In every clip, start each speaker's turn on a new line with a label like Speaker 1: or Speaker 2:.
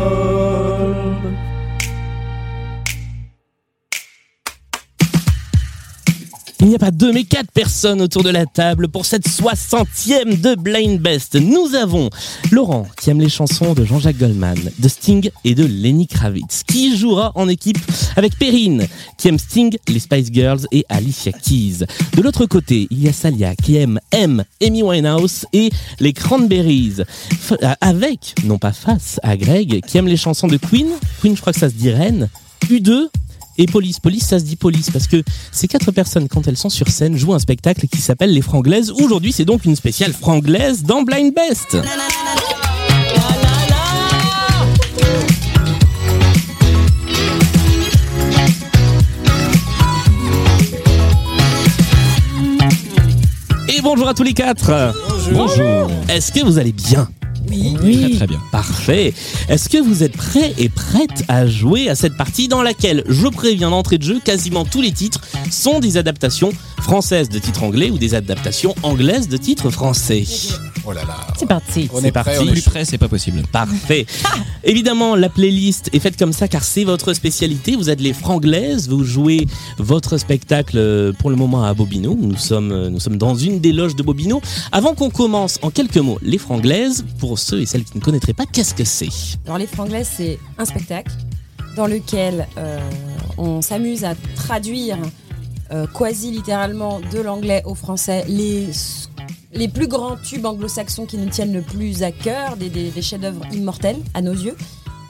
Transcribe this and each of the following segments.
Speaker 1: Random. Il n'y a pas deux mais quatre personnes autour de la table pour cette soixantième de Blind Best. Nous avons Laurent qui aime les chansons de Jean-Jacques Goldman, de Sting et de Lenny Kravitz, qui jouera en équipe avec Perrine qui aime Sting, les Spice Girls et Alicia Keys. De l'autre côté, il y a Salia qui aime M, Amy Winehouse et les Cranberries. F- euh, avec, non pas face, à Greg qui aime les chansons de Queen, Queen je crois que ça se dit Reine, U2 et police. Police, ça se dit police parce que ces quatre personnes, quand elles sont sur scène, jouent un spectacle qui s'appelle Les Franglaises. Aujourd'hui, c'est donc une spéciale franglaise dans Blind Best. Et bonjour à tous les quatre.
Speaker 2: Bonjour.
Speaker 1: Est-ce que vous allez bien
Speaker 2: Très très bien.
Speaker 1: Parfait. Est-ce que vous êtes prêts et prêtes à jouer à cette partie dans laquelle, je préviens d'entrée de jeu, quasiment tous les titres sont des adaptations françaises de titres anglais ou des adaptations anglaises de titres français
Speaker 3: Oh là là.
Speaker 4: C'est parti.
Speaker 3: On
Speaker 1: C'est
Speaker 3: est prêt,
Speaker 1: parti.
Speaker 3: on est
Speaker 1: Plus
Speaker 2: Plus
Speaker 3: chaud.
Speaker 2: près, c'est pas possible.
Speaker 1: Parfait. Évidemment, la playlist est faite comme ça car c'est votre spécialité. Vous êtes les franglaises, vous jouez votre spectacle euh, pour le moment à Bobino. Nous sommes, euh, nous sommes dans une des loges de Bobino. Avant qu'on commence, en quelques mots, les franglaises, pour ceux et celles qui ne connaîtraient pas, qu'est-ce que c'est
Speaker 4: Alors, les franglais, c'est un spectacle dans lequel euh, on s'amuse à traduire euh, quasi littéralement de l'anglais au français les, les plus grands tubes anglo-saxons qui nous tiennent le plus à cœur, des, des- des chefs-d'œuvre immortels à nos yeux.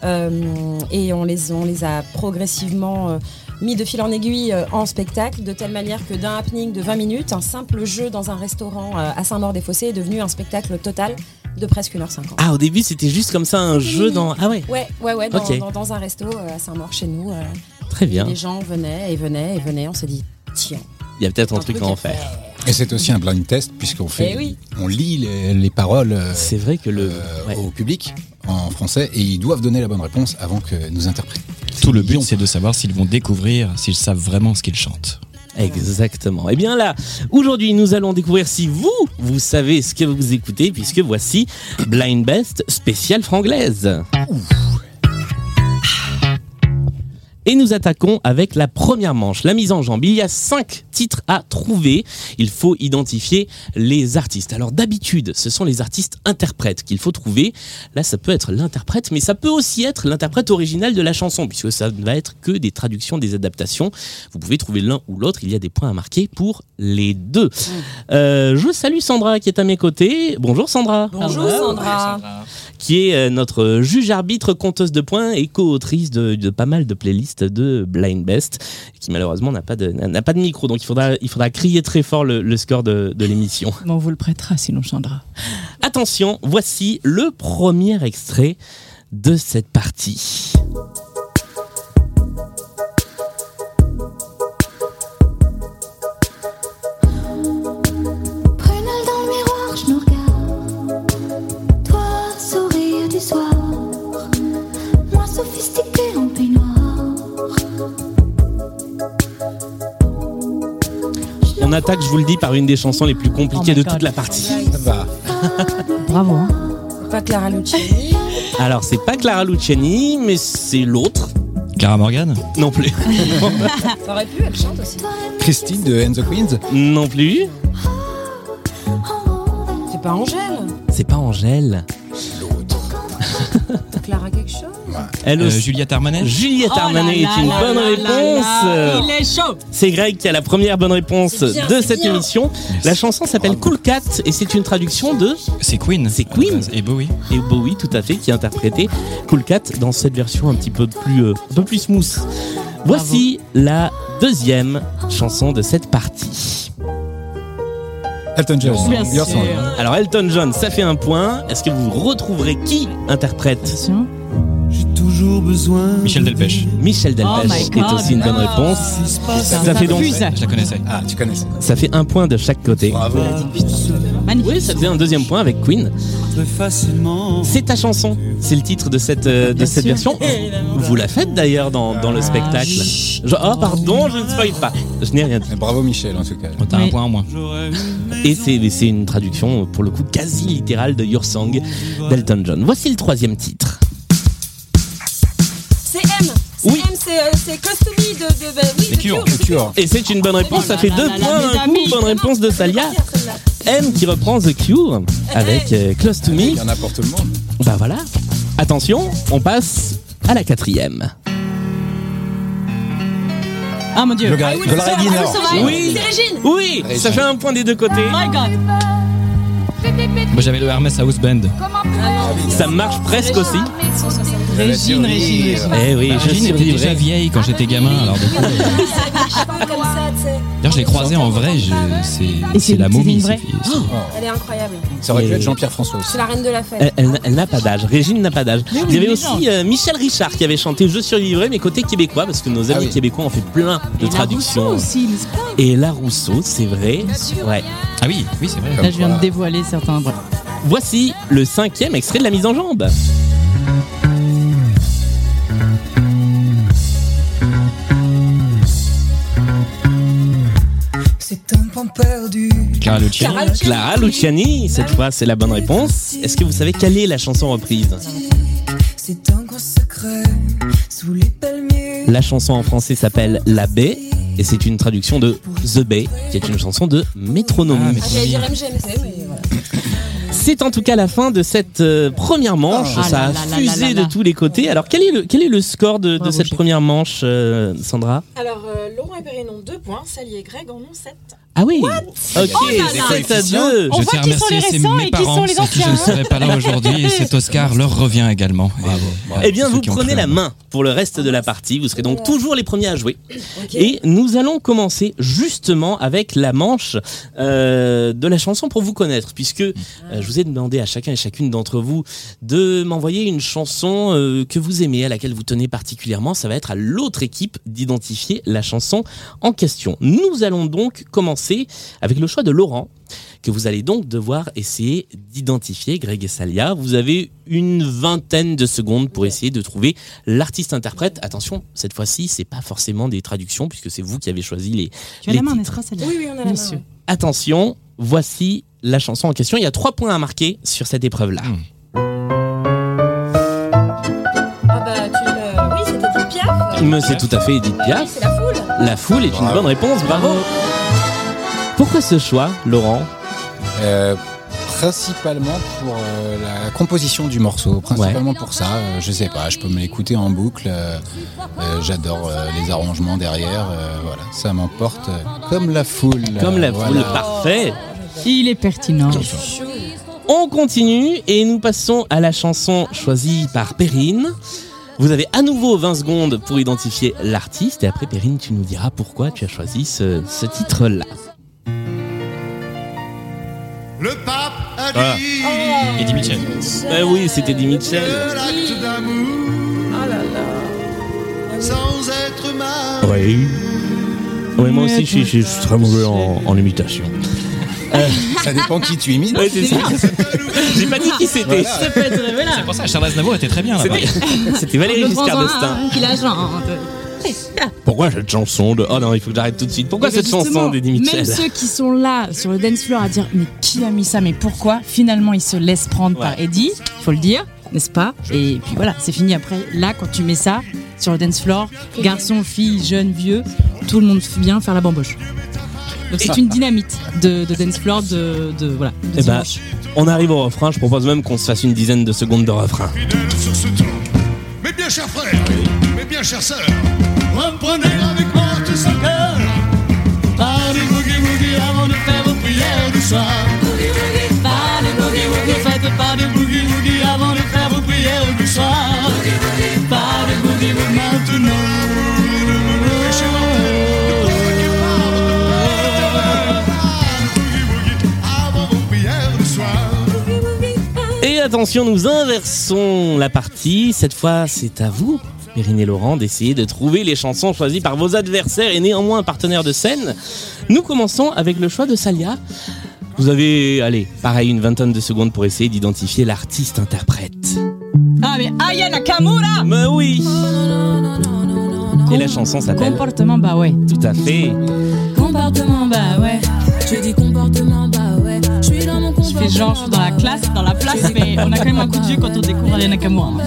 Speaker 4: Euh, et on les, on les a progressivement euh, mis de fil en aiguille euh, en spectacle, de telle manière que d'un happening de 20 minutes, un simple jeu dans un restaurant euh, à Saint-Maur-des-Fossés est devenu un spectacle total de presque 1h50.
Speaker 1: Ah, au début, c'était juste comme ça un jeu dans. Ah ouais,
Speaker 4: Ouais, ouais, ouais, dans,
Speaker 1: Ok. Ah.
Speaker 4: dans- dans un resto euh, à Saint-Maur chez nous. euh,
Speaker 1: très bien.
Speaker 4: les gens venaient et venaient et venaient. On s'est dit, tiens,
Speaker 1: Il y a peut-être un
Speaker 4: un
Speaker 1: truc à
Speaker 4: truc
Speaker 1: en
Speaker 4: à
Speaker 1: faire.
Speaker 3: Et c'est aussi un blind test puisqu'on fait,
Speaker 4: Eh oui.
Speaker 3: on lit les, les paroles euh,
Speaker 1: C'est vrai que le.
Speaker 3: euh,
Speaker 1: ouais.
Speaker 3: au public en français et ils doivent donner la bonne réponse avant que nous interprétions.
Speaker 2: Tout le but,
Speaker 3: mignon.
Speaker 2: c'est de savoir s'ils vont découvrir, s'ils savent vraiment ce qu'ils chantent.
Speaker 1: Exactement. Et bien là, aujourd'hui, nous allons découvrir si vous, vous savez ce que vous écoutez, puisque voici Blind Best spécial franglaise. Et nous attaquons avec la première manche, la mise en jambe. Il y a cinq titres à trouver. Il faut identifier les artistes. Alors d'habitude, ce sont les artistes interprètes qu'il faut trouver. Là, ça peut être l'interprète, mais ça peut aussi être l'interprète original de la chanson, puisque ça ne va être que des traductions, des adaptations. Vous pouvez trouver l'un ou l'autre. Il y a des points à marquer pour les deux. Euh, je salue Sandra qui est à mes côtés. Bonjour Sandra.
Speaker 4: bonjour Sandra.
Speaker 1: Qui est euh, notre juge arbitre, conteuse de points et co-autrice de, de pas mal de playlists de Blind Best, qui malheureusement n'a pas de n'a pas de micro, donc il faudra il faudra crier très fort le, le score de, de l'émission.
Speaker 5: Bon, on vous le prêtera sinon Chandra.
Speaker 1: Attention, voici le premier extrait de cette partie.
Speaker 6: Prunelle dans le miroir, je nous regarde. Toi, sourire du soir. Moi, sophistiquée en peignoir.
Speaker 1: On attaque, je vous le dis, par une des chansons les plus compliquées
Speaker 5: Oh my
Speaker 1: de
Speaker 5: God.
Speaker 1: toute la partie.
Speaker 3: Ça va.
Speaker 5: Bravo. hein.
Speaker 4: Pas Clara Luciani.
Speaker 1: Alors c'est pas Clara Luciani, mais c'est l'autre
Speaker 2: Clara Morgan
Speaker 1: non plus,
Speaker 4: Ça aurait pu, elle chante aussi.
Speaker 3: Christine de And the Queens.
Speaker 1: non plus.
Speaker 4: C'est pas Angèle.
Speaker 1: C'est pas Angèle.
Speaker 4: Clara quelque chose.
Speaker 1: Elle
Speaker 2: Euh,
Speaker 1: aussi.
Speaker 2: Juliette Armanet
Speaker 5: Oh
Speaker 1: Juliette Armanet est une bonne réponse.
Speaker 5: Il est chaud.
Speaker 1: C'est Greg qui a la première bonne réponse
Speaker 4: C'est bien,
Speaker 1: de
Speaker 4: c'est
Speaker 1: cette
Speaker 4: bien.
Speaker 1: émission. La chanson s'appelle Cool Cat et c'est une traduction de
Speaker 2: C'est Queen.
Speaker 1: C'est Queen.
Speaker 2: Et Bowie.
Speaker 1: et Bowie tout à fait qui a interprété Cool Cat dans cette version un petit peu plus euh, un peu plus smooth. Voici la deuxième chanson de cette partie.
Speaker 3: Elton John.
Speaker 5: Bien
Speaker 3: Your Song.
Speaker 5: sûr.
Speaker 1: Alors Elton John, ça fait un point. Est-ce que vous retrouverez qui interprète
Speaker 5: Attention.
Speaker 7: J'ai toujours besoin.
Speaker 2: Michel Delpech.
Speaker 1: Michel
Speaker 5: Oh
Speaker 1: Delpech
Speaker 5: my
Speaker 1: est
Speaker 5: God.
Speaker 1: aussi une bonne réponse.
Speaker 5: Oh,
Speaker 7: Ça
Speaker 1: Ça fait donc
Speaker 5: fuse.
Speaker 2: Je la connaissais.
Speaker 3: Ah, tu connais ça.
Speaker 1: ça fait un point de chaque côté.
Speaker 3: Bravo.
Speaker 5: Magnifique.
Speaker 1: Oui, ça faisait un deuxième point avec Queen.
Speaker 7: facilement.
Speaker 1: C'est ta chanson. C'est le titre de cette, euh, de
Speaker 5: Bien
Speaker 1: cette
Speaker 5: sûr.
Speaker 1: version. Vous la faites d'ailleurs dans, dans le spectacle. Je- oh, pardon, je ne spoil pas. Je n'ai rien dit.
Speaker 3: Mais bravo Michel en tout cas.
Speaker 2: T'as un
Speaker 5: Oui.
Speaker 2: point en moins.
Speaker 1: Et c'est c'est une traduction, pour le coup, quasi littérale de Your Song d'Elton John. Voici le troisième titre.
Speaker 4: C'est
Speaker 1: Oui.
Speaker 4: même c'est euh, c'est Costumi de, de, bah, oui,
Speaker 2: Les
Speaker 4: de Cure,
Speaker 2: cures, les
Speaker 4: c'est
Speaker 3: Cure.
Speaker 1: Et c'est une bonne réponse, ça fait
Speaker 5: Oh là
Speaker 1: deux
Speaker 5: là là,
Speaker 1: points
Speaker 5: mes
Speaker 1: d'un coup.
Speaker 5: amis.
Speaker 1: Bonne réponse de Salia.
Speaker 4: parti après là.
Speaker 1: M qui reprend The Cure avec euh, Close to Me.
Speaker 3: Il y en a pour tout le monde.
Speaker 1: Bah voilà. Attention, on passe à la quatrième.
Speaker 5: Ah mon dieu.
Speaker 3: Le gars-
Speaker 4: I will
Speaker 3: Gloria
Speaker 4: survive, I will
Speaker 3: Gaynor.
Speaker 4: survive.
Speaker 1: Oui.
Speaker 4: C'est Régine.
Speaker 1: Oui, ça fait un point des deux côtés.
Speaker 5: My God.
Speaker 2: Moi j'avais le Hermès House Band.
Speaker 1: Ça marche presque aussi.
Speaker 5: Régine, Régine,
Speaker 3: théorie, euh,
Speaker 5: Régine.
Speaker 1: Eh oui, je
Speaker 2: Régine
Speaker 1: suis
Speaker 2: était déjà vieille quand j'étais gamin. Alors, du coup,
Speaker 4: Ah, Pas comme ça, tu sais.
Speaker 2: d'ailleurs, je l'ai croisée en vrai. je-
Speaker 5: Et
Speaker 2: C'est
Speaker 5: c'est-
Speaker 2: c'est la
Speaker 5: c'est
Speaker 2: momie.
Speaker 5: une vraie
Speaker 2: c'est- c'est-
Speaker 4: Elle est incroyable.
Speaker 3: Ça aurait pu
Speaker 1: Et-
Speaker 3: être Jean-Pierre François aussi.
Speaker 4: C'est la reine de la
Speaker 1: Elle,
Speaker 4: fête.
Speaker 1: elle n'a- elle n'a pas d'âge. Régine n'a pas d'âge.
Speaker 5: Mais oui,
Speaker 1: Il y avait
Speaker 5: mais
Speaker 1: aussi euh, Michel Richard qui avait chanté Je survivrai, mais côté québécois, parce que nos amis
Speaker 3: oui.
Speaker 1: québécois ont fait plein de
Speaker 5: La Rousseau
Speaker 1: traductions.
Speaker 5: aussi, n'est-ce pas
Speaker 1: Et la Rousseau, c'est vrai. Ouais.
Speaker 2: Ah oui, oui, c'est vrai.
Speaker 5: Là, je viens de dévoiler certains. voilà.
Speaker 1: Voici le cinquième extrait de la mise en jambe.
Speaker 7: C'est un pan perdu.
Speaker 2: Clara Luciani.
Speaker 4: Clara Luciani.
Speaker 1: Clara Luciani, cette fois c'est la bonne réponse. Est-ce que vous savez quelle est la chanson reprise
Speaker 7: C'est un grand secret sous les palmiers.
Speaker 1: La chanson en français s'appelle La Baie et c'est une traduction de The Bay, qui est une chanson de
Speaker 2: Ah,
Speaker 1: métronome.
Speaker 2: mais
Speaker 4: Ah, J'allais dire MGMC, mais voilà.
Speaker 1: C'est en tout cas la fin de cette euh, première manche.
Speaker 5: Ah
Speaker 1: Ça
Speaker 5: là
Speaker 1: a
Speaker 5: là là
Speaker 1: fusé
Speaker 5: là là.
Speaker 1: de tous les côtés. Alors quel est le, quel est le score de, de
Speaker 5: Bravo,
Speaker 1: cette
Speaker 5: Julie.
Speaker 1: première manche, euh, Sandra
Speaker 8: Alors, euh, Laurent et Perrinon, 2 points. Sally et Greg en ont 7.
Speaker 1: Ah oui Ok,
Speaker 3: Oh là là.
Speaker 1: 7 à 2
Speaker 5: On
Speaker 2: je
Speaker 5: voit
Speaker 2: tiens à
Speaker 5: qui sont les
Speaker 2: remercier, c'est
Speaker 5: récents
Speaker 2: mes
Speaker 5: et qui sont
Speaker 2: parents,
Speaker 5: les
Speaker 2: sans qui je
Speaker 5: anciens.
Speaker 2: ne serais pas là aujourd'hui, et cet Oscar leur revient également. Et- euh,
Speaker 1: Eh bien,
Speaker 2: ceux
Speaker 1: vous
Speaker 2: qui ont
Speaker 1: prenez
Speaker 2: cru.
Speaker 1: la main pour le reste de la partie. Vous serez donc toujours les premiers à jouer. Et nous allons commencer justement avec la manche euh, de la chanson pour vous connaître, puisque euh, je vous ai demandé à chacun et chacune d'entre vous de m'envoyer une chanson euh, que vous aimez, à laquelle vous tenez particulièrement. Ça va être à l'autre équipe d'identifier la chanson en question. Nous allons donc commencer avec le choix de Laurent que vous allez donc devoir essayer d'identifier Greg et Salia. Vous avez une vingtaine de secondes pour essayer de trouver l'artiste interprète. Attention, cette fois-ci, c'est pas forcément des traductions puisque c'est vous qui avez choisi les.
Speaker 5: Tu as la
Speaker 1: les
Speaker 5: main,
Speaker 1: titres.
Speaker 5: n'est-ce pas, celle-là
Speaker 4: Oui, oui, on a la main.
Speaker 5: Monsieur.
Speaker 1: Attention, voici la chanson en question. Il y a trois points à marquer sur cette épreuve-là.
Speaker 2: Mm.
Speaker 4: Ah bah, tu l'as. Oui, c'était Edith Piaf.
Speaker 1: Mais c'est tout à fait Edith
Speaker 4: Bah oui,
Speaker 1: Piaf.
Speaker 4: c'est la foule.
Speaker 1: La foule est une bonne réponse, bravo. Pourquoi ce choix, Laurent
Speaker 3: Euh, principalement pour euh, la composition du morceau, principalement pour ça. euh, je sais pas, je peux me l'écouter en boucle. euh, euh, J'adore euh, les arrangements derrière. euh, voilà, ça m'emporte euh, comme la foule.
Speaker 1: Comme la
Speaker 3: euh,
Speaker 1: foule,
Speaker 3: voilà.
Speaker 1: parfait.
Speaker 5: Il est pertinent.
Speaker 1: On continue et nous passons à la chanson choisie par Perrine. Vous avez à nouveau 20 secondes pour identifier l'artiste et après Perrine, tu nous diras pourquoi tu as choisi ce, ce titre-là.
Speaker 9: Le pape a
Speaker 2: Ah.
Speaker 9: dit
Speaker 2: Eddie Mitchell.
Speaker 1: Bah oui, c'était dit Mitchell.
Speaker 9: que l'acte d'amour sans être mal.
Speaker 1: Oui. Oui, moi aussi, je suis- je suis très mauvais en, en imitation.
Speaker 3: Ça dépend qui tu imites.
Speaker 1: Ouais, c'est ça. J'ai pas dit qui c'était.
Speaker 5: Ça peut être voilà.
Speaker 2: C'est pour ça, Charles Aznavour était très bien là-bas.
Speaker 1: C'était- C'était Valérie Giscard d'Estaing.
Speaker 5: Qu'il a genre.
Speaker 1: Pourquoi cette chanson de... Oh non, il faut que j'arrête tout de suite. Pourquoi
Speaker 5: Eh ben
Speaker 1: cette
Speaker 5: justement,
Speaker 1: chanson d'Eddie Mitchell
Speaker 5: Même ceux qui sont là sur le dance floor à dire mais qui a mis ça, mais pourquoi Finalement, ils se laissent prendre
Speaker 1: Ouais.
Speaker 5: par Eddie, faut le dire, n'est-ce pas Et puis voilà, c'est fini. Après, là, quand tu mets ça sur le dance floor, garçon, fille, jeune, vieux, tout le monde vient faire la bamboche. Donc c'est une dynamite de, de dance floor de, de voilà. de
Speaker 1: Eh ben,
Speaker 5: dimanche.
Speaker 1: on arrive au refrain. Je propose même qu'on se fasse une dizaine de secondes de refrain.
Speaker 9: Fidèle sur ce temps. Mes bien chers frères, mes bien chères sœurs, reprenez avec moi tout ce cœur. Allez, boogie, boogie, avant de faire vos prières du soir. Allez, boogie, boogie, faites pas de boogie, boogie, avant de faire vos prières du soir. Pas de boogie, boogie, maintenant. Mes chers frères, boogie, boogie, avant vos prières du soir.
Speaker 1: Et attention, nous inversons la partie. Cette fois, c'est à vous, Perrine et Laurent, d'essayer de trouver les chansons choisies par vos adversaires et néanmoins partenaires de scène. Nous commençons avec le choix de Salia. Vous avez, allez, pareil, une vingtaine de secondes pour essayer d'identifier l'artiste interprète. Ah,
Speaker 5: Ah mais Aya Nakamura
Speaker 1: Mais oui Et la chanson s'appelle
Speaker 5: Comportement bah ouais.
Speaker 1: Tout à fait.
Speaker 5: Comportement bah ouais.
Speaker 10: Je dis comportement, bah ouais. Je suis dans mon
Speaker 5: Je fais genre je suis dans la classe, dans la place, mais on a quand même un coup de vieux quand on découvre Aya Nakamura. hein.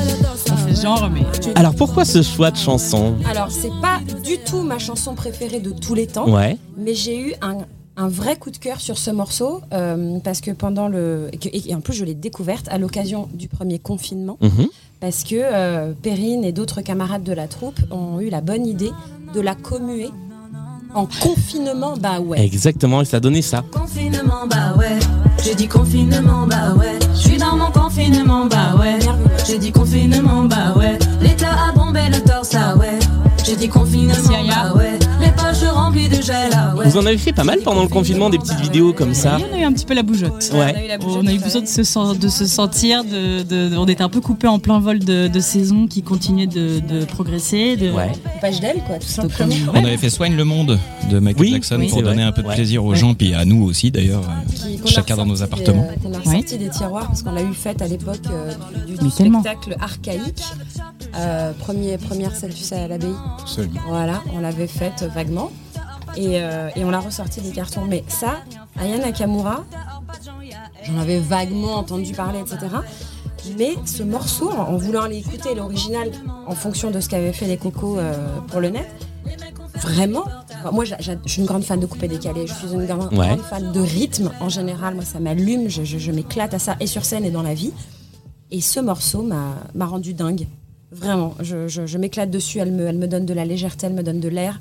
Speaker 5: On fait genre, mais.
Speaker 1: Alors pourquoi ce choix de chanson
Speaker 4: Alors, c'est pas du tout ma chanson préférée de tous les temps,
Speaker 1: Ouais.
Speaker 4: mais j'ai eu un, un vrai coup de cœur sur ce morceau euh, parce que pendant le. Et, que- et en plus, je l'ai découverte à l'occasion du premier confinement
Speaker 1: Mhm.
Speaker 4: parce que euh, Perrine et d'autres camarades de la troupe ont eu la bonne idée de la commuer en confinement, bah ouais.
Speaker 1: Exactement, et ça a donné ça.
Speaker 10: Confinement, bah ouais. J'ai dit confinement, bah ouais. Je suis dans mon confinement, bah ouais. J'ai dit confinement, bah ouais. L'état a bombé le torse, ah ouais. J'ai dit confinement, bah ouais. Les poches remplies de gel, ah ouais.
Speaker 1: Vous en avez fait pas mal pendant le confinement, des petites vidéos comme ça.
Speaker 5: On a eu un petit peu la bougeotte.
Speaker 1: Ah. Ouais. On a eu
Speaker 5: On a eu besoin de se, sen- de se sentir, de, de- on était un peu coupé en plein vol de, de saison qui continuait de, de progresser. De...
Speaker 1: Ouais.
Speaker 4: Page d'elle, quoi, tout simplement.
Speaker 2: On avait fait Soigne le monde de Michael Jackson
Speaker 1: oui,
Speaker 2: pour
Speaker 1: c'est
Speaker 2: donner
Speaker 1: vrai.
Speaker 2: un peu de
Speaker 1: Ouais.
Speaker 2: plaisir aux gens, puis à nous aussi d'ailleurs, euh,
Speaker 4: Qui- qu'on a
Speaker 2: chacun dans
Speaker 4: ressorti
Speaker 2: nos appartements.
Speaker 4: Des, euh, qu'on a ressorti des tiroirs parce qu'on l'a eu faite à l'époque euh, du, du
Speaker 5: Mais tellement.
Speaker 4: spectacle archaïque. Euh, premier, première scène, tu sais, à l'abbaye.
Speaker 3: Absolument.
Speaker 4: Voilà, on l'avait faite vaguement. Et, euh, et on l'a ressorti des cartons. Mais ça, Aya Nakamura, j'en avais vaguement entendu parler, etc. Mais ce morceau, en voulant aller écouter l'original en fonction de ce qu'avaient fait les cocos euh, pour le net, vraiment, enfin, moi j'a- j'a- je suis une grande fan de couper décalé, je suis une grande,
Speaker 1: Ouais.
Speaker 4: grande fan de rythme en général, moi ça m'allume, je, je- je m'éclate à ça et sur scène et dans la vie. Et ce morceau m'a m'a rendu dingue, vraiment, je, je- je m'éclate dessus, elle me, elle me donne de la légèreté, elle me donne de l'air,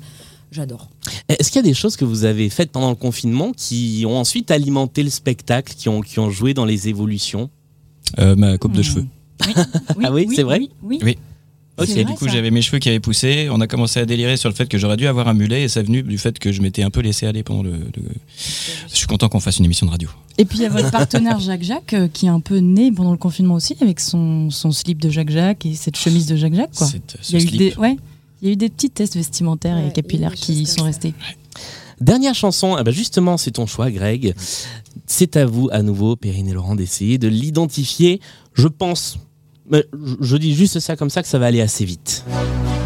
Speaker 4: j'adore.
Speaker 1: Est-ce qu'il y a des choses que vous avez faites pendant le confinement qui ont ensuite alimenté le spectacle, qui ont, qui ont joué dans les évolutions
Speaker 2: Euh, ma coupe de cheveux.
Speaker 1: Ah oui, c'est vrai
Speaker 5: Oui, oui.
Speaker 2: Oui.
Speaker 1: Ok.
Speaker 5: C'est
Speaker 2: Et du
Speaker 5: vrai,
Speaker 2: coup,
Speaker 5: ça.
Speaker 2: j'avais mes cheveux qui avaient poussé. On a commencé à délirer sur le fait que j'aurais dû avoir un mulet et ça venu du fait que je m'étais un peu laissé aller pendant le. le- Je suis content qu'on fasse une émission de radio.
Speaker 5: Et puis il y a votre partenaire Jacques Jacques euh, qui est un peu né pendant le confinement aussi avec son, son slip de Jacques Jacques et cette chemise de Jacques Jacques. Quoi.
Speaker 2: Cette-
Speaker 5: Il
Speaker 2: euh, ce
Speaker 5: y a eu
Speaker 2: slip.
Speaker 5: des, ouais, il y a eu des petits tests vestimentaires
Speaker 4: Ouais,
Speaker 5: et capillaires
Speaker 4: il y a des
Speaker 5: qui y
Speaker 4: choses
Speaker 5: sont
Speaker 4: comme
Speaker 5: restés.
Speaker 1: Dernière chanson, ah bah justement, c'est ton choix, Greg. C'est à vous, à nouveau, Perrine et Laurent, d'essayer de l'identifier. Je pense, mais je- je dis juste ça comme ça, que ça va aller assez vite.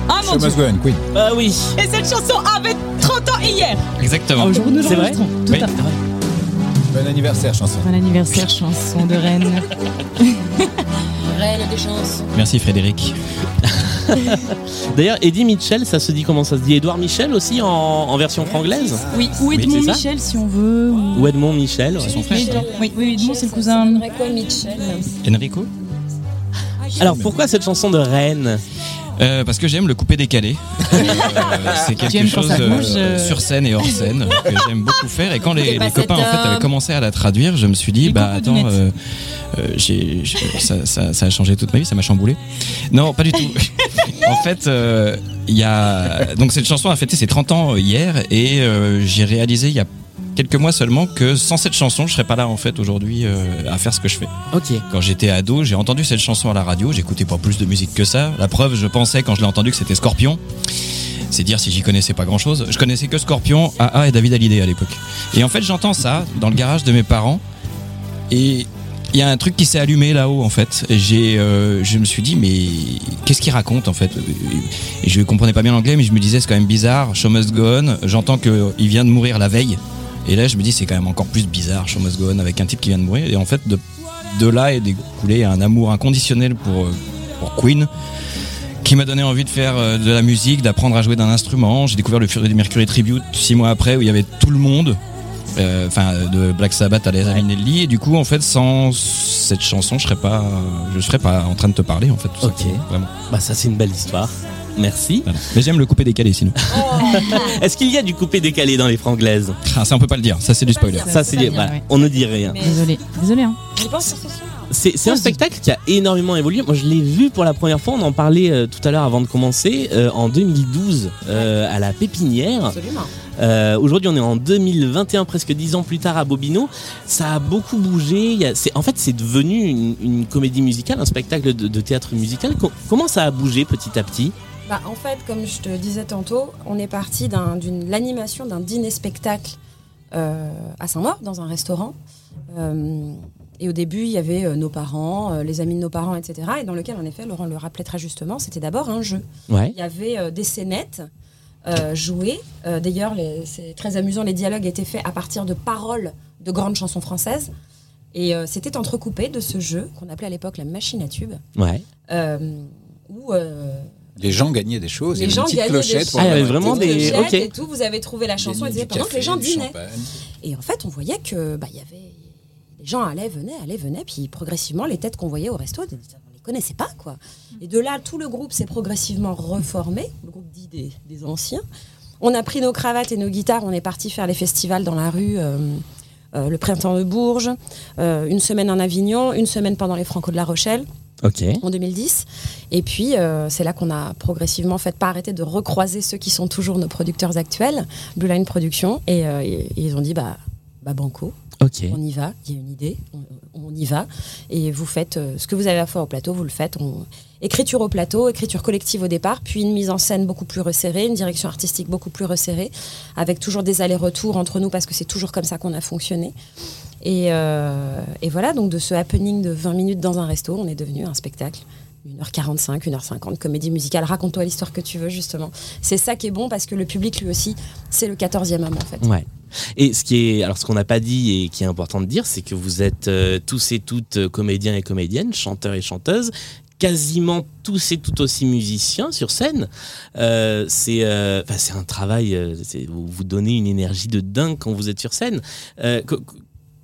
Speaker 5: Ah mon
Speaker 3: Show
Speaker 5: dieu
Speaker 3: must go on, Queen.
Speaker 1: Ah oui,
Speaker 5: Et cette chanson avait 30 ans hier
Speaker 2: Exactement.
Speaker 5: Au jour où nous
Speaker 1: C'est vrai
Speaker 5: l'enregistrons, Tout
Speaker 2: Oui.
Speaker 5: à fait.
Speaker 3: Bon anniversaire, chanson.
Speaker 5: Bon anniversaire, chanson de Rennes.
Speaker 4: Réelle des chances.
Speaker 2: Merci Frédéric.
Speaker 1: d'ailleurs, Eddie Mitchell, ça se dit comment ça se dit Edouard Michel aussi en, en version franglaise
Speaker 5: Oui, ou
Speaker 1: Oui,
Speaker 5: Edmond
Speaker 1: c'est ça.
Speaker 5: Michel si on veut. ou-
Speaker 1: Ou Edmond Michel
Speaker 2: C'est son frère. ça.
Speaker 5: Oui, oui, Edmond c'est le cousin.
Speaker 4: quoi, Mitchell
Speaker 2: Enrico
Speaker 1: Alors pourquoi cette chanson de Rennes
Speaker 2: Euh, Parce que j'aime le coupé décalé. Euh, c'est quelque
Speaker 5: J'aime quand
Speaker 2: chose
Speaker 5: ça
Speaker 2: euh,
Speaker 5: bouge, euh.
Speaker 2: sur scène et hors scène euh, que j'aime beaucoup faire. Et quand
Speaker 4: T'es
Speaker 2: les,
Speaker 4: pas
Speaker 2: les copains en
Speaker 4: cet
Speaker 2: fait avaient
Speaker 4: homme.
Speaker 2: commencé à la traduire, je me suis dit
Speaker 5: Les
Speaker 2: bah
Speaker 5: cocos du
Speaker 2: attends,
Speaker 5: net.
Speaker 2: euh, euh, j'ai- j'ai- ça, ça- ça a changé toute ma vie, ça m'a chamboulé. Non, pas du tout. en fait, euh, il y a donc cette chanson a fêté ses 30 ans euh, hier et euh, j'ai réalisé il y a quelques mois seulement que sans cette chanson, je serais pas là en fait aujourd'hui euh, à faire ce que je fais.
Speaker 1: Ok.
Speaker 2: Quand j'étais ado, j'ai entendu cette chanson à la radio, j'écoutais pas plus de musique que ça. La preuve, je pensais quand je l'ai entendu que c'était Scorpion. C'est dire si j'y connaissais pas grand chose. Je connaissais que Scorpion, AA et David Hallyday à l'époque. Et en fait, j'entends ça dans le garage de mes parents. Et il y a un truc qui s'est allumé là-haut en fait. Et J'ai, euh, je me suis dit mais qu'est-ce qu'il raconte en fait Et je comprenais pas bien l'anglais, mais je me disais c'est quand même bizarre. Show must go on. J'entends qu'il vient de mourir la veille. Et là, je me dis c'est quand même encore plus bizarre. Show must go on avec un type qui vient de mourir. Et en fait, de, de là est découlé un amour inconditionnel pour euh, pour Queen qui m'a donné envie de faire euh, de la musique, d'apprendre à jouer d'un instrument. J'ai découvert le Fury Mercury Tribute six mois après où il y avait tout le monde, euh, enfin de Black Sabbath à Liza Minnelli. Et du coup, en fait, sans cette chanson, je serais pas, euh, je serais pas en train de te parler en fait. tout
Speaker 1: Ok.
Speaker 2: simplement, Vraiment.
Speaker 1: Bah ça c'est une belle histoire. Merci.
Speaker 2: Voilà. Mais j'aime le coupé décalé sinon.
Speaker 1: Est-ce qu'il y a du coupé décalé dans les franglaises
Speaker 2: Ah, ça on peut pas le dire. Ça c'est du spoiler.
Speaker 1: Ça c'est
Speaker 5: pas
Speaker 1: des-
Speaker 5: bien,
Speaker 1: voilà,
Speaker 5: ouais.
Speaker 1: on ne dit rien.
Speaker 4: Mais
Speaker 5: Désolé, désolé. Hein.
Speaker 4: je pense que ce soir.
Speaker 1: C'est c'est un spectacle qui a énormément évolué. Moi, je l'ai vu pour la première fois. On en parlait euh, tout à l'heure avant de commencer euh, en 2012 euh, à la Pépinière.
Speaker 4: Absolument.
Speaker 1: Euh, Aujourd'hui, on est en 2021, presque 10 ans plus tard à Bobino. Ça a beaucoup bougé. Il y a- c'est- en fait, c'est devenu une, une comédie musicale, un spectacle de, de théâtre musical. Co- comment ça a bougé petit à petit
Speaker 4: Bah, en fait, comme je te disais tantôt, on est parti d'un- d'une l'animation d'un dîner-spectacle euh, à Saint-Maur, dans un restaurant. Euh, et au début, il y avait euh, nos parents, euh, les amis de nos parents, etc. Et dans lequel, en effet, Laurent le rappelait très justement, c'était d'abord un jeu.
Speaker 1: Ouais.
Speaker 4: Il y avait euh, des scénettes euh, jouées. Euh, D'ailleurs, les- c'est très amusant, les dialogues étaient faits à partir de paroles de grandes chansons françaises. Et euh, c'était entrecoupé de ce jeu qu'on appelait à l'époque la machine à tubes.
Speaker 1: Ouais.
Speaker 4: Euh, où euh,
Speaker 3: Les gens gagnaient des choses.
Speaker 4: les
Speaker 3: il y
Speaker 4: gens
Speaker 3: avait une petite
Speaker 4: gagnaient des
Speaker 3: clochette
Speaker 4: choses.
Speaker 1: Ah,
Speaker 4: Ah,
Speaker 3: pour les mater.
Speaker 4: Clochettes et tout, vous avez trouvé la chanson,
Speaker 3: Gagnaient
Speaker 4: et disait
Speaker 3: du
Speaker 4: pendant que
Speaker 3: café,
Speaker 4: les gens
Speaker 3: du
Speaker 4: dînaient.
Speaker 3: champagne.
Speaker 4: Et en fait, on voyait que bah, il y avait les gens allaient, venaient, allaient, venaient, puis progressivement les têtes qu'on voyait au resto, on les connaissait pas quoi. Et de là, tout le groupe s'est progressivement reformé, le groupe dit des, des anciens. On a pris nos cravates et nos guitares, on est parti faire les festivals dans la rue. euh, euh, le printemps de Bourges, euh, une semaine en Avignon, une semaine pendant les Franco de la Rochelle
Speaker 1: Ok.
Speaker 4: en 2010. Et puis, euh, c'est là qu'on a progressivement fait pas arrêter de recroiser ceux qui sont toujours nos producteurs actuels, Blue Line Productions. Et, euh, et- et ils ont dit, bah, bah banco,
Speaker 1: Ok.
Speaker 4: on y va, il y a une idée, on, on y va. Et vous faites euh, ce que vous avez à faire au plateau, vous le faites. On- Écriture au plateau, écriture collective au départ, puis une mise en scène beaucoup plus resserrée, une direction artistique beaucoup plus resserrée, avec toujours des allers-retours entre nous parce que c'est toujours comme ça qu'on a fonctionné. Et, euh, et voilà, donc de ce happening de 20 minutes dans un resto, on est devenu un spectacle. 1h45, 1h50, comédie musicale, raconte-toi l'histoire que tu veux justement. C'est ça qui est bon parce que le public lui aussi, c'est le 14e homme en fait.
Speaker 1: Ouais. Et ce qui est, alors ce qu'on n'a pas dit et qui est important de dire, c'est que vous êtes euh, tous et toutes euh, comédiens et comédiennes, chanteurs et chanteuses, quasiment tous et tout aussi musiciens sur scène. Euh, c'est, euh, enfin, c'est un travail. euh, c'est- vous vous donnez une énergie de dingue quand vous êtes sur scène. Euh, co- co-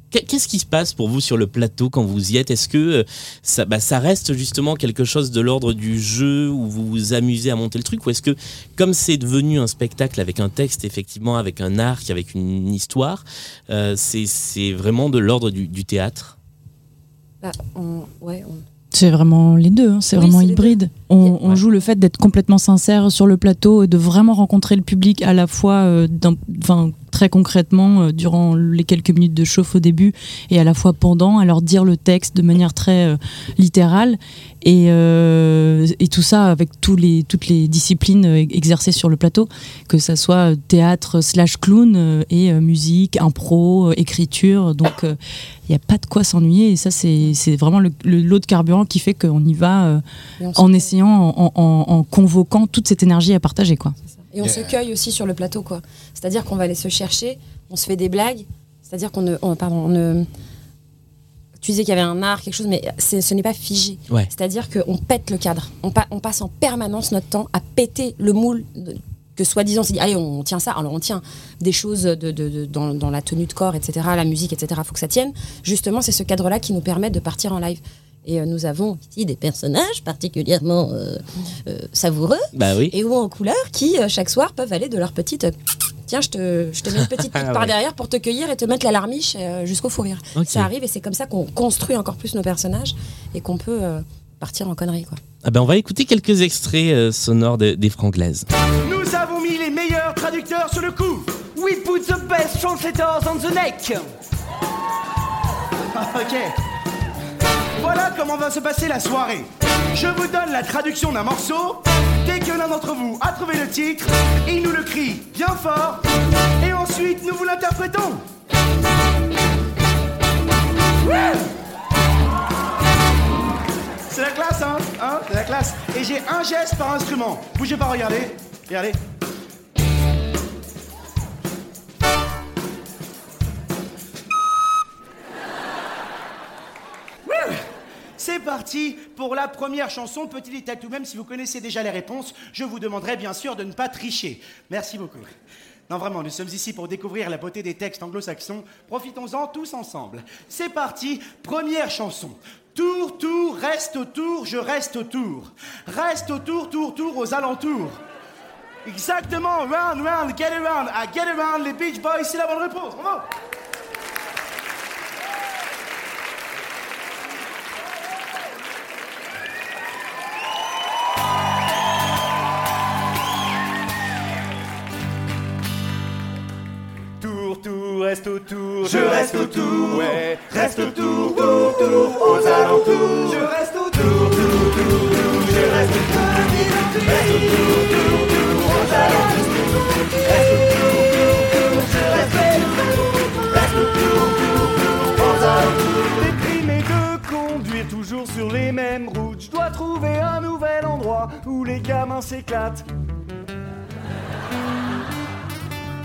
Speaker 1: qu'est- Qu'est-ce qui se passe pour vous sur le plateau quand vous y êtes Est-ce que euh, ça, bah, ça reste justement quelque chose de l'ordre du jeu où vous vous amusez à monter le truc Ou est-ce que, comme c'est devenu un spectacle avec un texte, effectivement, avec un arc, avec une histoire, euh, c'est- c'est vraiment de l'ordre du, du théâtre
Speaker 4: Bah, on- ouais, on-
Speaker 5: C'est vraiment les deux, hein, c'est
Speaker 4: Oui,
Speaker 5: vraiment
Speaker 4: c'est les
Speaker 5: hybride. On, on joue le fait d'être complètement sincère sur le plateau et de vraiment rencontrer le public à la fois euh, dans- enfin, très concrètement euh, durant les quelques minutes de chauffe au début et à la fois pendant, à leur dire le texte de manière très euh, littérale et, euh, et tout ça avec tous les, toutes les disciplines euh, exercées sur le plateau, que ça soit euh, théâtre slash clown euh, et euh, musique, impro, euh, écriture. Donc euh, il n'y a pas de quoi s'ennuyer et ça c'est c'est vraiment le, le lot de carburant qui fait qu'on y va euh,
Speaker 4: Et on se-
Speaker 5: en essayant, en, en- en convoquant toute cette énergie à partager quoi.
Speaker 4: Et on se cueille aussi sur le plateau, quoi. C'est-à-dire qu'on va aller se chercher, on se fait des blagues. C'est-à-dire qu'on ne, on- pardon, on ne. Tu disais qu'il y avait un art, quelque chose, mais c'est- ce n'est pas figé.
Speaker 1: Ouais.
Speaker 4: C'est-à-dire qu'on pète le cadre. On, pa- on passe en permanence notre temps à péter le moule de- que soi-disant, c'est dit, allez, on, tient ça. Alors on tient des choses de, de- de- dans, dans la tenue de corps, etc., la musique, etc. faut que ça tienne. Justement, c'est ce cadre-là qui nous permet de partir en live. Et euh, nous avons ici des personnages particulièrement euh, euh, savoureux
Speaker 1: Bah oui.
Speaker 4: et ou en couleur qui, euh, chaque soir, peuvent aller de leur petite. euh, Tiens, je te, je te mets une petite
Speaker 2: Ah
Speaker 4: pique par
Speaker 1: Ouais.
Speaker 4: derrière pour te cueillir et te mettre la larmiche euh, jusqu'au fou rire.
Speaker 1: Ok.
Speaker 4: Ça arrive et c'est comme ça qu'on construit encore plus nos personnages et qu'on peut euh, partir en conneries. Quoi.
Speaker 1: Ah ben, On va écouter quelques extraits euh, sonores de- des franglaises.
Speaker 11: Nous avons mis les meilleurs traducteurs sur le coup. We put the best translators on the neck. ok. Voilà comment va se passer la soirée. Je vous donne la traduction d'un morceau. Dès que l'un d'entre vous a trouvé le titre, il nous le crie bien fort. Et ensuite, nous vous l'interprétons. Ouais c'est la classe, hein, hein C'est la classe. Et j'ai un geste par instrument. Bougez pas, regardez. Regardez. Wouh C'est parti pour la première chanson. Petit détail tout de même, si vous connaissez déjà les réponses, je vous demanderai bien sûr de ne pas tricher. Merci beaucoup. Non, vraiment, nous sommes ici pour découvrir la beauté des textes anglo-saxons. Profitons-en tous ensemble. C'est parti, première chanson. Tour, tour, reste autour, je reste autour. Reste autour, tour, tour, aux alentours. Exactement, round, round, get around, I get around, les Beach Boys, c'est la bonne réponse. Bravo!
Speaker 12: Tour, tour, reste autour.
Speaker 11: Je reste autour.
Speaker 12: Ouais, reste autour,
Speaker 11: tour, tour, aux alentours. Je reste autour, tour, tour, tour, tour. Je reste autour, reste autour, tour, tour, aux alentours. Reste autour, tour, tour, je reste autour, reste autour, tour, tour, aux alentours.
Speaker 12: Déprimé de conduire toujours sur les mêmes routes. Je dois trouver un nouvel endroit où les gamins s'éclatent.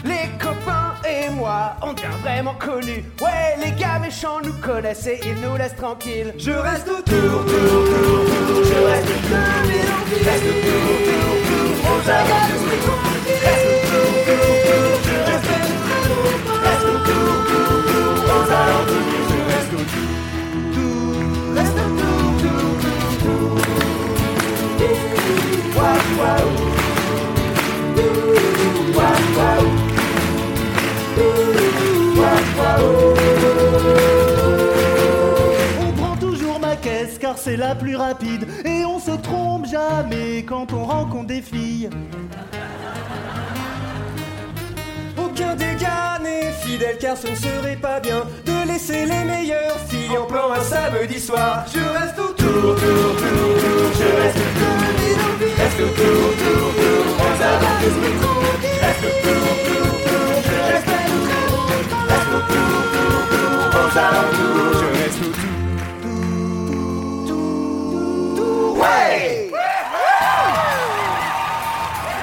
Speaker 11: Les copains et moi, on devient vraiment connus. Ouais, les gars méchants nous connaissent et ils nous laissent tranquilles. Je reste autour, tour, tour, tour. Je reste autour, mais non,
Speaker 12: On prend toujours ma caisse car c'est la plus rapide et on se trompe jamais quand on rencontre des filles.
Speaker 7: Aucun des gars n'est fidèle car ce ne serait pas bien de laisser les meilleures filles en plan un samedi soir. Je reste autour, tour, tour, tour, je reste autour, reste autour, tour, tour, aux alentours. Reste autour, tour, tour, je reste autour, reste autour, tour, tour, aux alentours. Je reste autour, tour, tour, ouais!